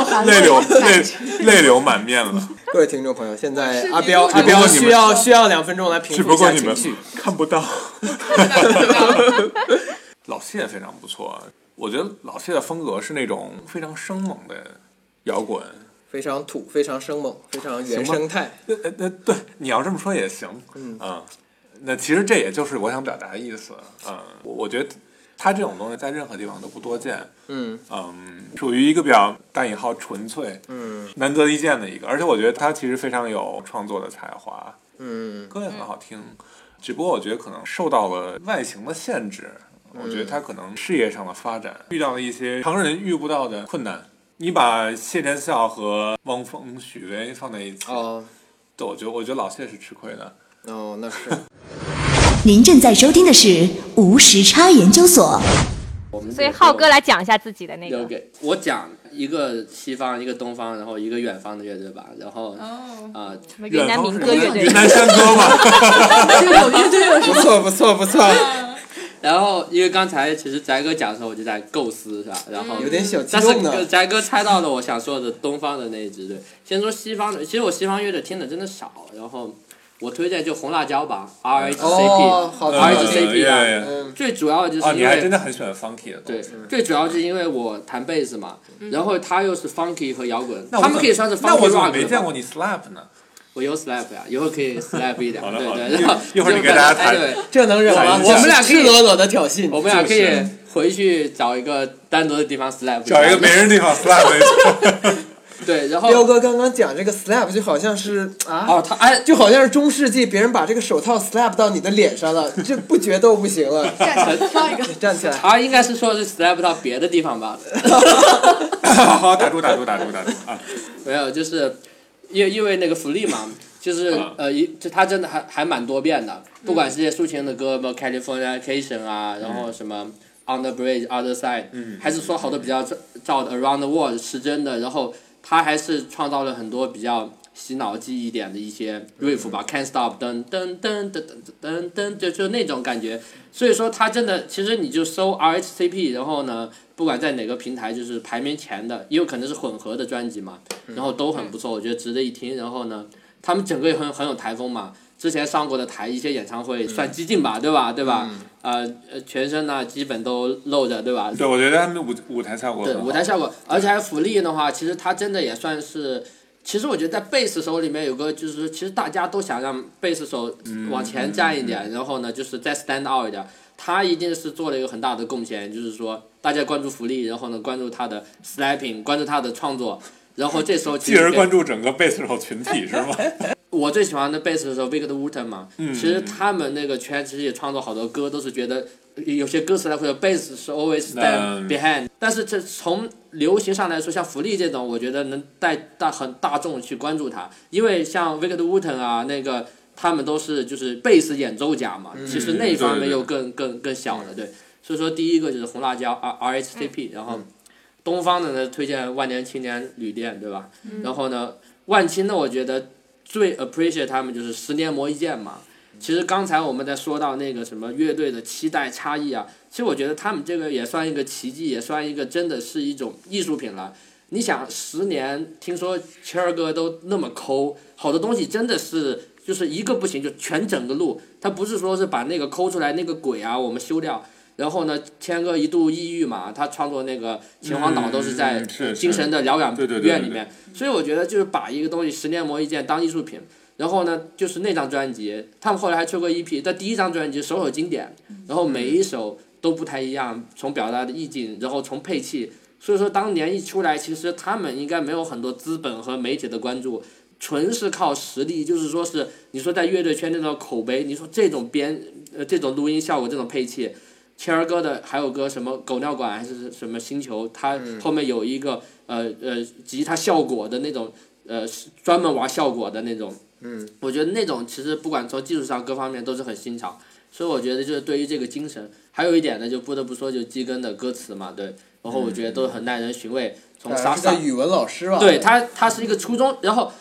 S6: 含
S4: 泪流泪
S6: 感情
S4: 泪流满面 了，
S2: 各位听众朋友，现在
S9: 是
S2: 阿彪
S9: 只
S2: 阿
S9: 不过
S2: 彪
S4: 你们
S2: 需要需要两分钟来平
S4: 只
S2: 复
S4: 不
S2: 一下
S4: 过你们
S2: 情绪。
S4: 看不 到。老谢非常不错，啊我觉得老谢的风格是那种非常生猛的摇滚。
S2: 非常土，非常生猛，非常原
S4: 行吧
S2: 生态。
S4: 那呃那那对，你要这么说也行，嗯那其实这也就是我想表达的意思，嗯，我我觉得他这种东西在任何地方都不多见，
S2: 嗯
S4: 嗯，属于一个比较带引号纯粹，嗯，难得一见的一个，而且我觉得他其实非常有创作的才华，
S2: 嗯，
S4: 歌也很好听，只不过我觉得可能受到了外形的限制，我觉得他可能事业上的发展遇到了一些常人遇不到的困难。你把谢天笑和汪峰、许巍放在一起，
S2: 哦
S4: 对，我觉得我觉得老谢是吃亏的。
S2: 哦，那是
S7: 您正在收听的是无时差研究所。
S5: 我们
S8: 所以浩哥来讲一下自己的那
S5: 留
S8: 个，
S5: 给我讲一个西方，一个东方，然后一个远方的乐队吧，然后
S2: 哦
S5: 啊，
S8: 什么云南民歌乐队
S4: 云， 南山歌 嘛，
S6: 这哦种乐队有
S2: 不
S6: 什么？
S2: 错不错不错，
S5: 然后因为刚才其实翟哥讲的时候，我就在构思是吧，然后
S2: 嗯有点小激
S5: 但是
S2: 动呢。
S5: 翟哥猜到了我想说的东方的那一支，对，先说西方的，其实我西方乐队听的真的少，然后我推荐就红辣椒吧，R H C P，、
S2: 哦，好的，
S5: 嗯 RHCP 啊
S4: 嗯嗯嗯
S2: 嗯，
S5: 最主要就是
S4: 哦，
S5: 因
S4: 你还
S5: 为、
S4: 真的很喜欢 funky 的东
S5: 对
S4: 西。，
S5: 最主要就是因为我弹贝斯嘛，然后他又是 funky 和摇滚，
S4: 那我
S5: 他
S4: 怎
S5: 们
S4: 么
S5: 可以算是 funky
S4: 那我怎么
S5: rock
S4: 没
S5: 吧
S4: 见过你 slap 呢？
S5: 我有 slap 呀，以后可以 slap 一点，
S4: 好的
S5: 对
S4: 好的
S5: 对，然后
S4: 一会儿你给大家谈
S5: 哎对
S2: 这能忍吗？
S5: 我我们俩可以
S2: 赤裸裸的挑衅。
S5: 我们俩可以
S4: 就是
S5: 回去找一个单独的地方 slap，
S4: 找一个没人地方 slap 一 下。
S5: 对，然
S2: 彪
S5: 后
S2: 哥刚刚讲这个 slap 就好像是啊，
S5: 哦他哎
S2: 就好像是中世纪别人把这个手套 slap 到你的脸上了，这不决斗不行了。
S6: 站 起来挑一个，
S2: 站起来。
S5: 啊应该是说是 slap 到别的地方吧，
S4: 好好打住打住打住打住啊！
S5: 没有，就是因为因为那个福利嘛，就是、
S4: 啊
S5: 呃，一就他真的还还蛮多变的，不管是这些抒情的歌，什么 California Cation 啊，然后什么 On the Bridge Other Side，、还是说好多比较照照的 Around the World 是真的，然后他还是创造了很多比较。洗脑记忆点的一些 riff 吧、c a n Stop 噔噔噔噔噔噔噔，就就那种感觉。所以说他真的，其实你就搜 RHCP，然后呢，不管在哪个平台，就是排名前的，也有可能是混合的专辑嘛，然后都很不错，我觉得值得一听。然后呢，他们整个也很很有台风嘛，之前上过的台一些演唱会算激进吧，对吧？对吧？呃呃，全身呢、基本都露着，对吧？
S4: 对，我觉得他们的舞舞台效果
S5: 对
S4: 很好
S5: 舞台效果，而且还有福利的话，其实他真的也算是。其实我觉得在贝斯手里面有个，就是其实大家都想让贝斯手
S4: 嗯
S5: 往前站一点，然后呢，就是再 stand out 一点。他一定是做了一个很大的贡献，就是说大家关注福利，然后呢关注他的 slapping，关注他的创作，然后这时候其
S4: 继
S5: 实
S4: 而
S5: 给
S4: 关注整个贝斯手群体是吗？
S5: 我最喜欢的贝斯的时候 v i c t o r Wooten 嘛，
S4: 嗯
S5: 其实他们那个圈其实也创作好多歌，都是觉得有些歌词来或者 bass 是 always
S4: 嗯
S5: stand behind，但是这从流行上来说，像福利这种，我觉得能带大很大众去关注它，因为像 v i c t o r Wooten 啊那个。他们都是就是贝斯演奏家嘛，其实那一
S4: 嗯对
S5: 方
S4: 对
S5: 面
S4: 对
S5: 啊
S4: 嗯
S5: 又更更更小了，对。所以说第一个就是红辣椒 R R H C P，然后东方的呢推荐万年青年旅店，对吧？然后呢，万青呢，我觉得最 appreciate 他们就是十年磨一剑嘛。其实刚才我们在说到那个什么乐队的期待差异啊，其实我觉得他们这个也算一个奇迹，也算一个真的是一种艺术品了。你想，十年听说谦儿哥都那么抠，好多东西真的是就是一个不行就全整个路，他不是说是把那个抠出来那个鬼啊我们修掉，然后呢，谦哥一度抑郁嘛，他创作那个《秦皇岛》都是在
S4: 嗯是是
S5: 精神的疗养
S4: 对对对
S5: 院
S4: 对对
S5: 里面，所以我觉得就是把一个东西十年磨一剑当艺术品。然后呢，就是那张专辑，他们后来还出过 EP，但第一张专辑首首经典，
S4: 嗯
S5: 然后每一首都不太一样，从表达的意境，然后从配器，所以说当年一出来，其实他们应该没有很多资本和媒体的关注，纯是靠实力，就是说是你说在乐队圈那种口碑，你说这种编呃这种录音效果这种配器，谦儿哥的还有个什么狗尿管还是什么星球，他后面有一个呃呃吉他效果的那种呃专门玩效果的那种，嗯，我觉得那种其实不管从技术上各方面都是很新潮，所以我觉得就是对于这个精神，还有一点呢就不得不说就基根的歌词嘛，对，然后我觉得都很耐人寻味，从
S2: 好像
S5: 沙
S2: 是个
S5: 上
S2: 语文老师吧？
S5: 对他，他是一个初中，然后，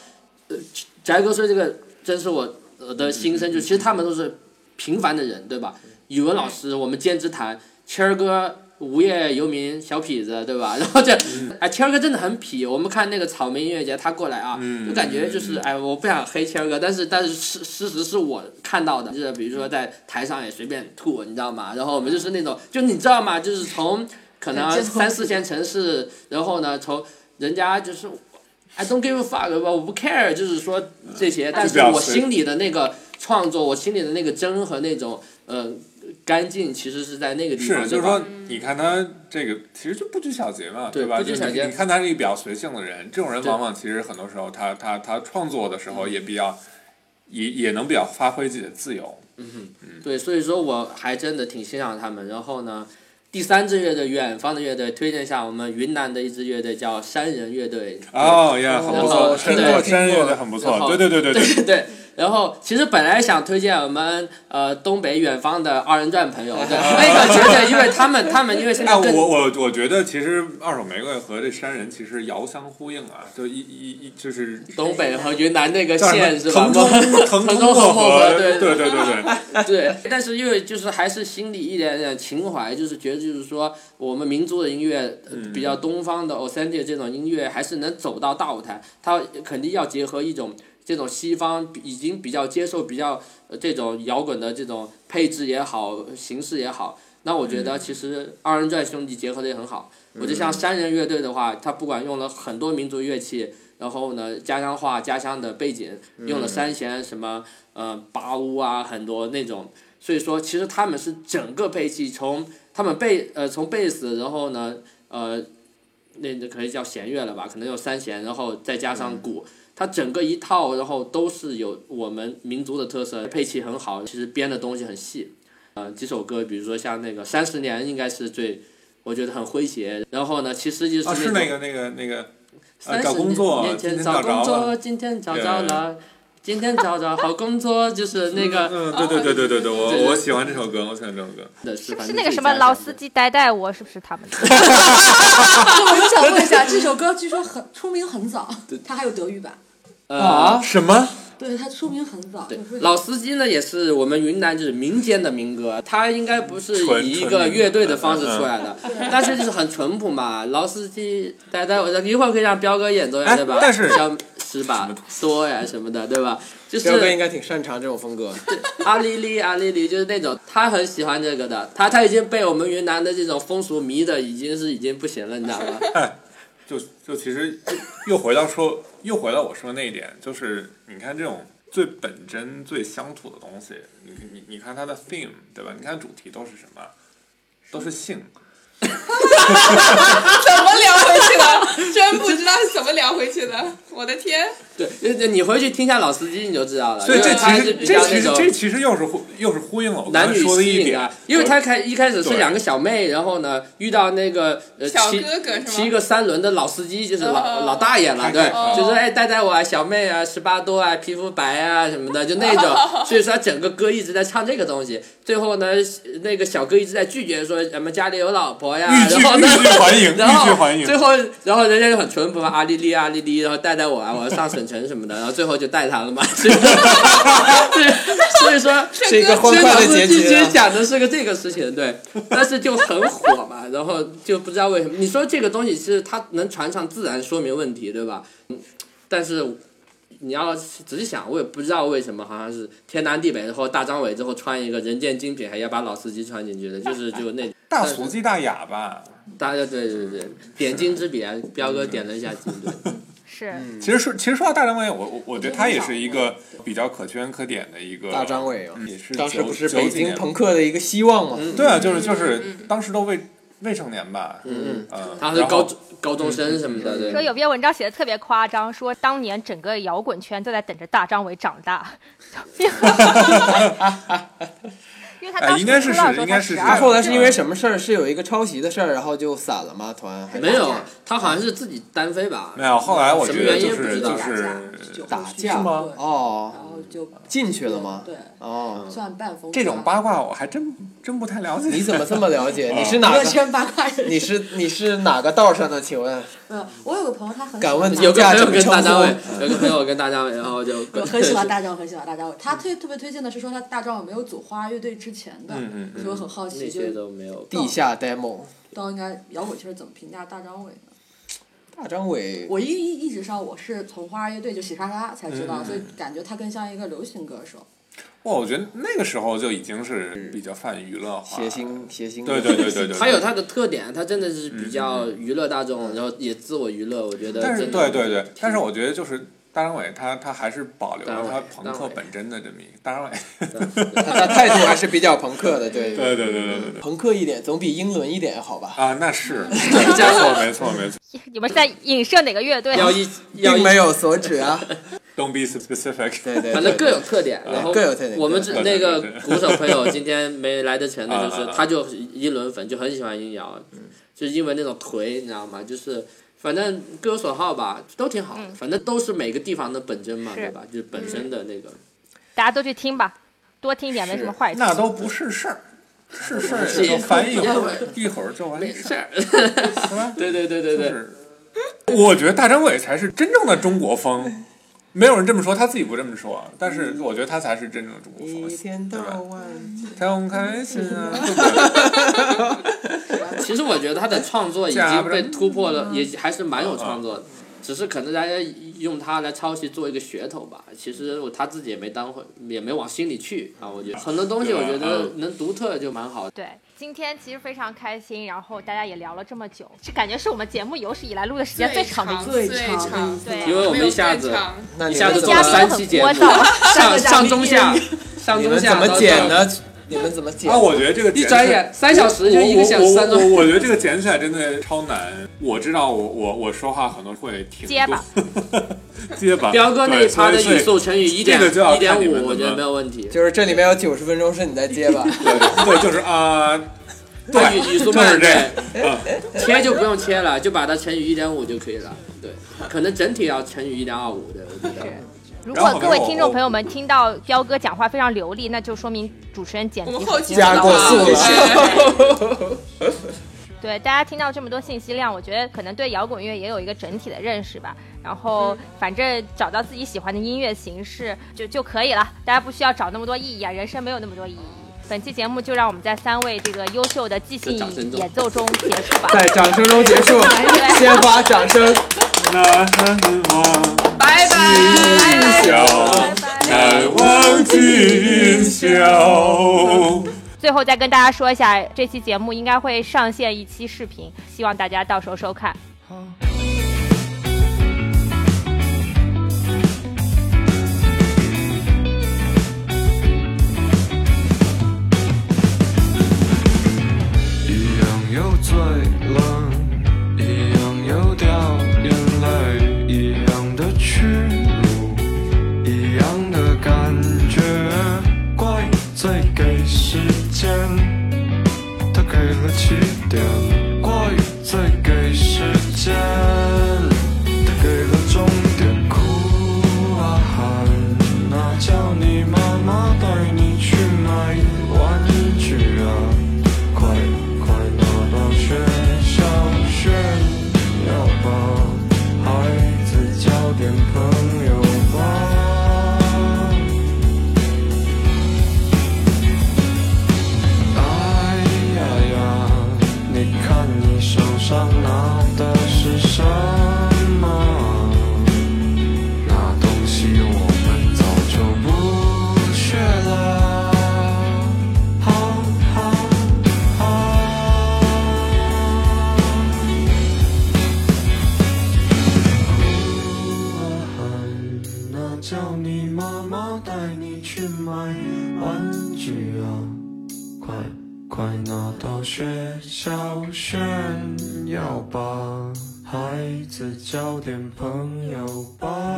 S5: 呃，翟哥说这个真是我我的心声，就其实他们都是平凡的人，对吧？语文老师，我们兼职谈，谦儿哥。无业游民小痞子，对吧？然 后这，哎，谦儿哥真的很痞。我们看那个草莓音乐节，他过来啊，就感觉就是，哎，我不想黑谦儿哥，但是但是事事实是我看到的，就是比如说在台上也随便吐，你知道吗？然后我们就是那种，就你知道吗？就是从可能三四线城市，然后呢，从人家就是，I don't give a fuck 吧，我不 care，就是说这些，但
S4: 嗯
S5: 是
S4: 表
S5: 我
S4: 示
S5: 心里的那个创作，我心里的那个真和那种呃干净，其实是在那个地 方，
S4: 是，就是
S5: 对吧
S4: 说，你看他这个其实就不拘小节嘛，
S5: 对
S4: 吧？
S5: 不拘
S4: 就是
S5: 小节
S4: 你看他是一个比较随性的人，这种人
S5: 对
S4: 往往其实很多时候他他他创作的时候也比较，也也能比较发挥自己的自由。
S5: 对，所以说我还真的挺欣赏他们。然后呢，第三支乐队远方的乐队，推荐一下我们云南的一支乐队叫山人乐 队。
S4: 哦呀，很不
S5: 嗯然
S4: 错，
S5: 后
S4: 山
S5: 对
S4: 山乐队很不
S5: 然
S4: 错，
S5: 后
S4: 对对对对 对，
S5: 对对。然后其实本来想推荐我们呃东北远方的二人转朋友， 对那个绝对，因为他们他们因为现
S4: 哎，
S5: 在
S4: 我
S5: 更
S4: 我我觉得其实二手玫瑰和这山人其实遥相呼应啊，就一一一就是
S5: 东北和云南那个
S4: 叫什
S5: 县
S4: 么
S5: 是吧？
S4: 腾冲腾
S5: 腾
S4: 冲
S5: 冲
S4: 漠
S5: 和
S4: 河，
S5: 漠河
S4: 对
S5: 对
S4: 对对对，
S5: 对，但是因为就是还是心里一点点情怀，就是觉得就是说我们民族的音乐、呃比较东方的 authentic 这种音乐还是能走到大舞台，它肯定要结合一种这种西方比已经比较接受比较、呃这种摇滚的这种配置也好，形式也好。那我觉得其实二人转兄弟结合的也很好。我就像山人乐队的话，它不管用了很多民族乐器，然后呢家乡话、家乡的背景，
S4: 嗯
S5: 用了三弦什么呃八乌啊，很多那种。所以说，其实他们是整个配器从他们贝呃从贝斯，然后呢呃那那可以叫弦乐了吧，可能有三弦，然后再加
S4: 嗯
S5: 上鼓，它整个一套，然后都是有我们民族的特色，配器很好，其实编的东西很细。呃，几首歌，比如说像那个《三十年》，应该是最我觉得很诙谐。然后呢，其实就是
S4: 啊是那
S5: 种
S4: 个那个那个，
S5: 三
S4: 呃
S5: 十
S4: 找工作
S5: 年，
S4: 今
S5: 前
S4: 天
S5: 找
S4: 找
S5: 工
S4: 着
S5: 作，
S4: 了
S5: 今天找着了，今天找着好工作，就是那个哦
S4: 嗯，对对对对对对，
S5: 对
S4: 我
S5: 对
S4: 我喜欢这首歌，我喜欢这首歌。
S5: 的是
S8: 是那个什么老司机呆呆我，是不是他 们的？
S6: 我又想问一下，这首歌据说很出名很早，它还有德语版，
S5: 啊。
S2: 什么？
S6: 对，它出名很早。
S5: 对
S6: 我说，
S5: 老司机呢也是我们云南就是民间的民歌，他应该不是以一个乐队的方式出来的，但是就是很淳朴嘛。老司机，呆呆，我一会儿可以让彪哥演奏一下，
S2: 哎
S5: 对吧？
S2: 但是
S5: 像十把多呀什么的，对吧？就是
S2: 彪哥应该挺擅长这种风 格。
S5: 阿丽丽，阿丽丽就是那种，她很喜欢这个的，她她已经被我们云南的这种风俗迷的已经是已经不行了，你知道吗？
S4: 就就其实又回到说，又回到我说那一点，就是你看这种最本真、最乡土的东西，你你你看它的 theme 对吧？你看主题都是什么？都是性。
S9: 怎么聊回去的？ 真不知道是怎么聊回去的。我的天，
S5: 对，你你回去听一下老司机你就知道了，
S4: 所以
S5: 因为
S4: 这其
S5: 他是
S4: 实
S5: 比
S4: 这
S5: 较
S4: 其
S5: 那
S4: 实
S5: 种。
S4: 这其实又是呼又是呼应了我刚
S5: 男
S4: 才
S5: 女
S4: 说的
S5: 吸
S4: 一
S5: 引
S4: 点
S5: 啊，，因为他
S4: 我
S5: 开一开始是
S4: 对
S5: 两个小妹，然后呢遇到那个呃
S9: 小
S5: 骑
S9: 哥哥是吗
S5: 骑一个三轮的老司机，就是老、
S9: 哦
S5: 老大爷了，对，
S4: 哦
S5: 就是哎带带我啊，小妹啊，十八多啊，皮肤白啊什么的，就那
S9: 哦
S5: 种，所以说他整个歌一直在唱这个东西，最后呢那个小哥一直在拒绝说咱们家里有老婆活呀，
S4: 欲拒
S5: 然后
S4: 欲
S5: 呢？
S4: 拒还迎，欲
S5: 然后
S4: 拒还迎
S5: 最。后，然后人家就很淳朴嘛，啊阿丽丽阿丽丽，然后带带我啊，我要上省城什么的，然后最后就带他了嘛。 所以说，对，所以说
S2: 是一个欢快的结
S5: 其
S2: 局
S5: 实
S2: 啊。
S5: 讲的是个这个事情，对，但是就很火嘛， 然后就不知道为什么。你说这个东西是它能传唱，自然说明问题，对吧？嗯，但是你要仔细想，我也不知道为什么，好像是天南地北，然后大张伟之后穿一个人间精品，还要把老司机穿进去的，就是就那
S4: 大俗即大雅吧。
S5: 大家对对对，点睛之笔，啊，彪哥点了一下睛， 对，
S8: 是
S5: 嗯
S4: 其实说，其实说到大张伟，我我我觉得他也是一个比较可圈可点的一个嗯
S2: 大张，伟啊，
S4: 也是
S2: 当时
S4: 九
S2: 不是
S4: 九
S2: 北
S4: 几
S2: 京
S4: 年
S2: 朋克的一个希望吗？
S4: 对啊，就是就是当时都未未成年吧，
S5: 嗯
S4: 嗯，
S5: 他是
S4: 然后
S5: 高中高中生什么的，
S8: 说
S5: 对，
S8: 有篇文章写的特别夸张，说当年整个摇滚圈都在等着大张伟长大， 因为因为他当
S4: 哎
S8: 时
S4: 应该是
S8: 出道
S4: 是
S8: 的时
S4: 应
S8: 候
S4: 该
S8: 才
S4: 是是
S8: 12
S2: 他
S4: 这样
S2: 后来是因为什么事儿？是有一个抄袭的事儿，然后就散了吗？团还是
S5: 没有，他好像是自己单飞吧，
S4: 没有，后来我
S5: 什么
S4: 觉得
S5: 原因
S4: 就
S5: 不知
S4: 是
S5: 道啊
S4: 就
S6: 打架
S4: 是
S6: 就
S2: 打
S6: 后续
S2: 架
S6: 对然
S2: 哦，
S6: 后就
S2: 进去了吗？
S6: 对，
S2: 哦，
S6: 算半封杀
S4: 这种八卦，我还真真不太了解。
S2: 你怎 么这么了 解？你是哪
S6: 娱乐
S2: 个？
S6: 圈八卦人。
S2: 你是你是哪个道上的？请问，
S6: 嗯，我有个朋友，他很
S2: 敢
S6: 喜欢
S2: 问
S6: 打
S5: 有个
S2: 架
S5: 朋友
S2: 怎么
S5: 跟
S2: 称
S5: 大张伟
S2: 呼，
S5: 有个朋友跟大张伟，然后就
S6: 我很喜欢大张，很喜欢大张伟。他推特别推荐的是说他大张伟没有组花儿乐队之前的，
S4: 嗯嗯嗯
S6: 所以我很好奇，
S5: 那
S6: 就
S5: 些
S6: 是
S5: 都没有。
S2: 地下 demo，
S6: 到应该摇滚圈是怎么评价大张伟的？
S2: 大张伟
S6: 我一一一直上我是从花儿乐队就喜沙沙才知道，
S4: 嗯嗯
S6: 所以感觉他更像一个流行歌手。
S4: 哇，我觉得那个时候就已经是比较泛娱乐化，
S2: 嗯谐星谐星，
S4: 对对对对对，
S5: 他有他的特点，他真的是比较娱乐大众，然后也自我娱乐，我觉得
S4: 嗯但是
S5: 真
S4: 对
S5: 的
S4: 对对，但是我觉得就是大张伟他他还是保留了他朋克本真的这么一个大张伟，
S2: 他他态度还是比较朋克的，对
S4: 对对对对对对
S2: 朋克一点总比英伦一点好 吧？
S4: 啊，那是没错没错没错
S8: 你们是在影射哪个乐队？啊
S5: 要一要
S2: 并
S5: 一
S2: 没有所指啊，
S4: ，Don't be specific，
S2: 对对，
S5: 反
S2: 对
S5: 正各有特点，然后
S2: 哎各有特点
S5: 我们
S2: 各
S5: 只
S4: 有特
S5: 那
S4: 点
S5: 个
S4: 对对
S5: 鼓手朋友今天没来得成的，就
S4: 啊
S5: 是
S4: 啊啊
S5: 他就是一轮粉，就很喜欢音摇，
S2: 嗯
S5: 就是因为那种颓，你知道吗？就是反正各有所好吧，都挺好，
S2: 嗯
S5: 反正都是每个地方的本真嘛，
S8: 是
S5: 对吧？就是本身的那个。
S8: 大家都去听吧，多听一点没什么坏处。
S4: 那都不是事儿。是事儿
S5: 是
S4: 就翻译一会 儿，一会儿就完事儿，是吧？
S5: 对对对对对，
S4: 对，我觉得大张伟才是真正的中国风，没有人这么说，他自己不这么说，但
S5: 嗯
S4: 是我觉得他才是真正的中国
S2: 一
S4: 风。
S2: 天到晚
S4: 太我们开心啊！
S5: 嗯
S4: 对不对
S5: 其实我觉得他的创作已经被突破了，也还是蛮有创作的，只是可能大家用他来抄袭做一个噱头吧。其实我他自己也没当回，也没往心里去啊。我觉得很多东西，
S4: 对
S5: 我
S4: 吧
S5: 觉得能独特就蛮好的。
S8: 对，今天其实非常开心，然后大家也聊了这么久，这感觉是我们节目有史以来录的时间最长的一次。
S9: 最
S6: 长的一
S9: 长
S6: 次
S8: 对
S5: 因为我
S9: 没
S5: 们
S9: 有
S5: 一下
S9: 更
S5: 子
S9: 长
S2: 那
S5: 一
S2: 你
S5: 下
S2: 们
S5: 子
S2: 怎
S5: 做了
S8: 嘉宾
S2: 么
S5: 三期节目
S8: 很 聒，
S5: 上上中下，上
S2: 你
S5: 中
S2: 们
S5: 下
S2: 怎么剪？呢？你们怎么剪
S4: 啊，？我觉得这个
S5: 一
S4: 剪
S5: 转
S4: 是
S5: 眼三小时就一个小时三
S4: 我我
S5: 钟。
S4: 我我觉得这个剪起来真的超难。我知道我我我说话可能会挺
S8: 结巴，
S4: 结巴。
S5: 彪哥那一趴
S4: 对
S5: 的
S4: 所
S5: 语
S4: 以
S5: 速乘以一点
S4: 这个就要
S5: 一点
S4: 看你们怎
S5: 五，
S4: 么
S5: 我觉得没有问题。
S2: 就是这里面有九十分钟是你在接吧？
S4: 对对，就是啊，
S5: 他语语速慢，
S4: 就是
S5: 对
S4: 这，啊
S5: 切就不用切了，就把它乘以一点五就可以了。对，可能整体要乘以一点二五的，我觉得。
S8: 如果各位听众朋友们听到彪哥讲话非常流利，那就说明主持人剪
S9: 我
S8: 辑
S9: 们后期
S2: 加
S9: 剪
S2: 过
S9: 到
S2: 速 了
S9: 哎
S8: 对，大家听到这么多信息量，我觉得可能对摇滚乐也有一个整体的认识吧。然
S5: 嗯
S8: 后，反正找到自己喜欢的音乐形式就就可以了，大家不需要找那么多意义啊，人生没有那么多意义。本期节目就让我们在三位这个优秀的即兴
S5: 在掌声中
S8: 演奏中结 束吧。
S2: 在掌声中结束，先发掌声。
S4: 那很好，
S9: 拜拜。
S4: 笑，难忘今宵。
S8: 最后再跟大家说一下，这期节目应该会上线一期视频，希望大家到时候收看。
S10: 一样又醉了，一样又掉眼泪，一样的屈辱，一样的感觉，怪罪给时间，它给了起点，怪罪给时间。啊啊
S2: 有花。哎呀呀，你看你手上拿的是什么？那东西我们早就不学了。好好好。那叫你妈妈带你去买玩具啊，快快拿到学校炫耀吧，孩子交点朋友吧。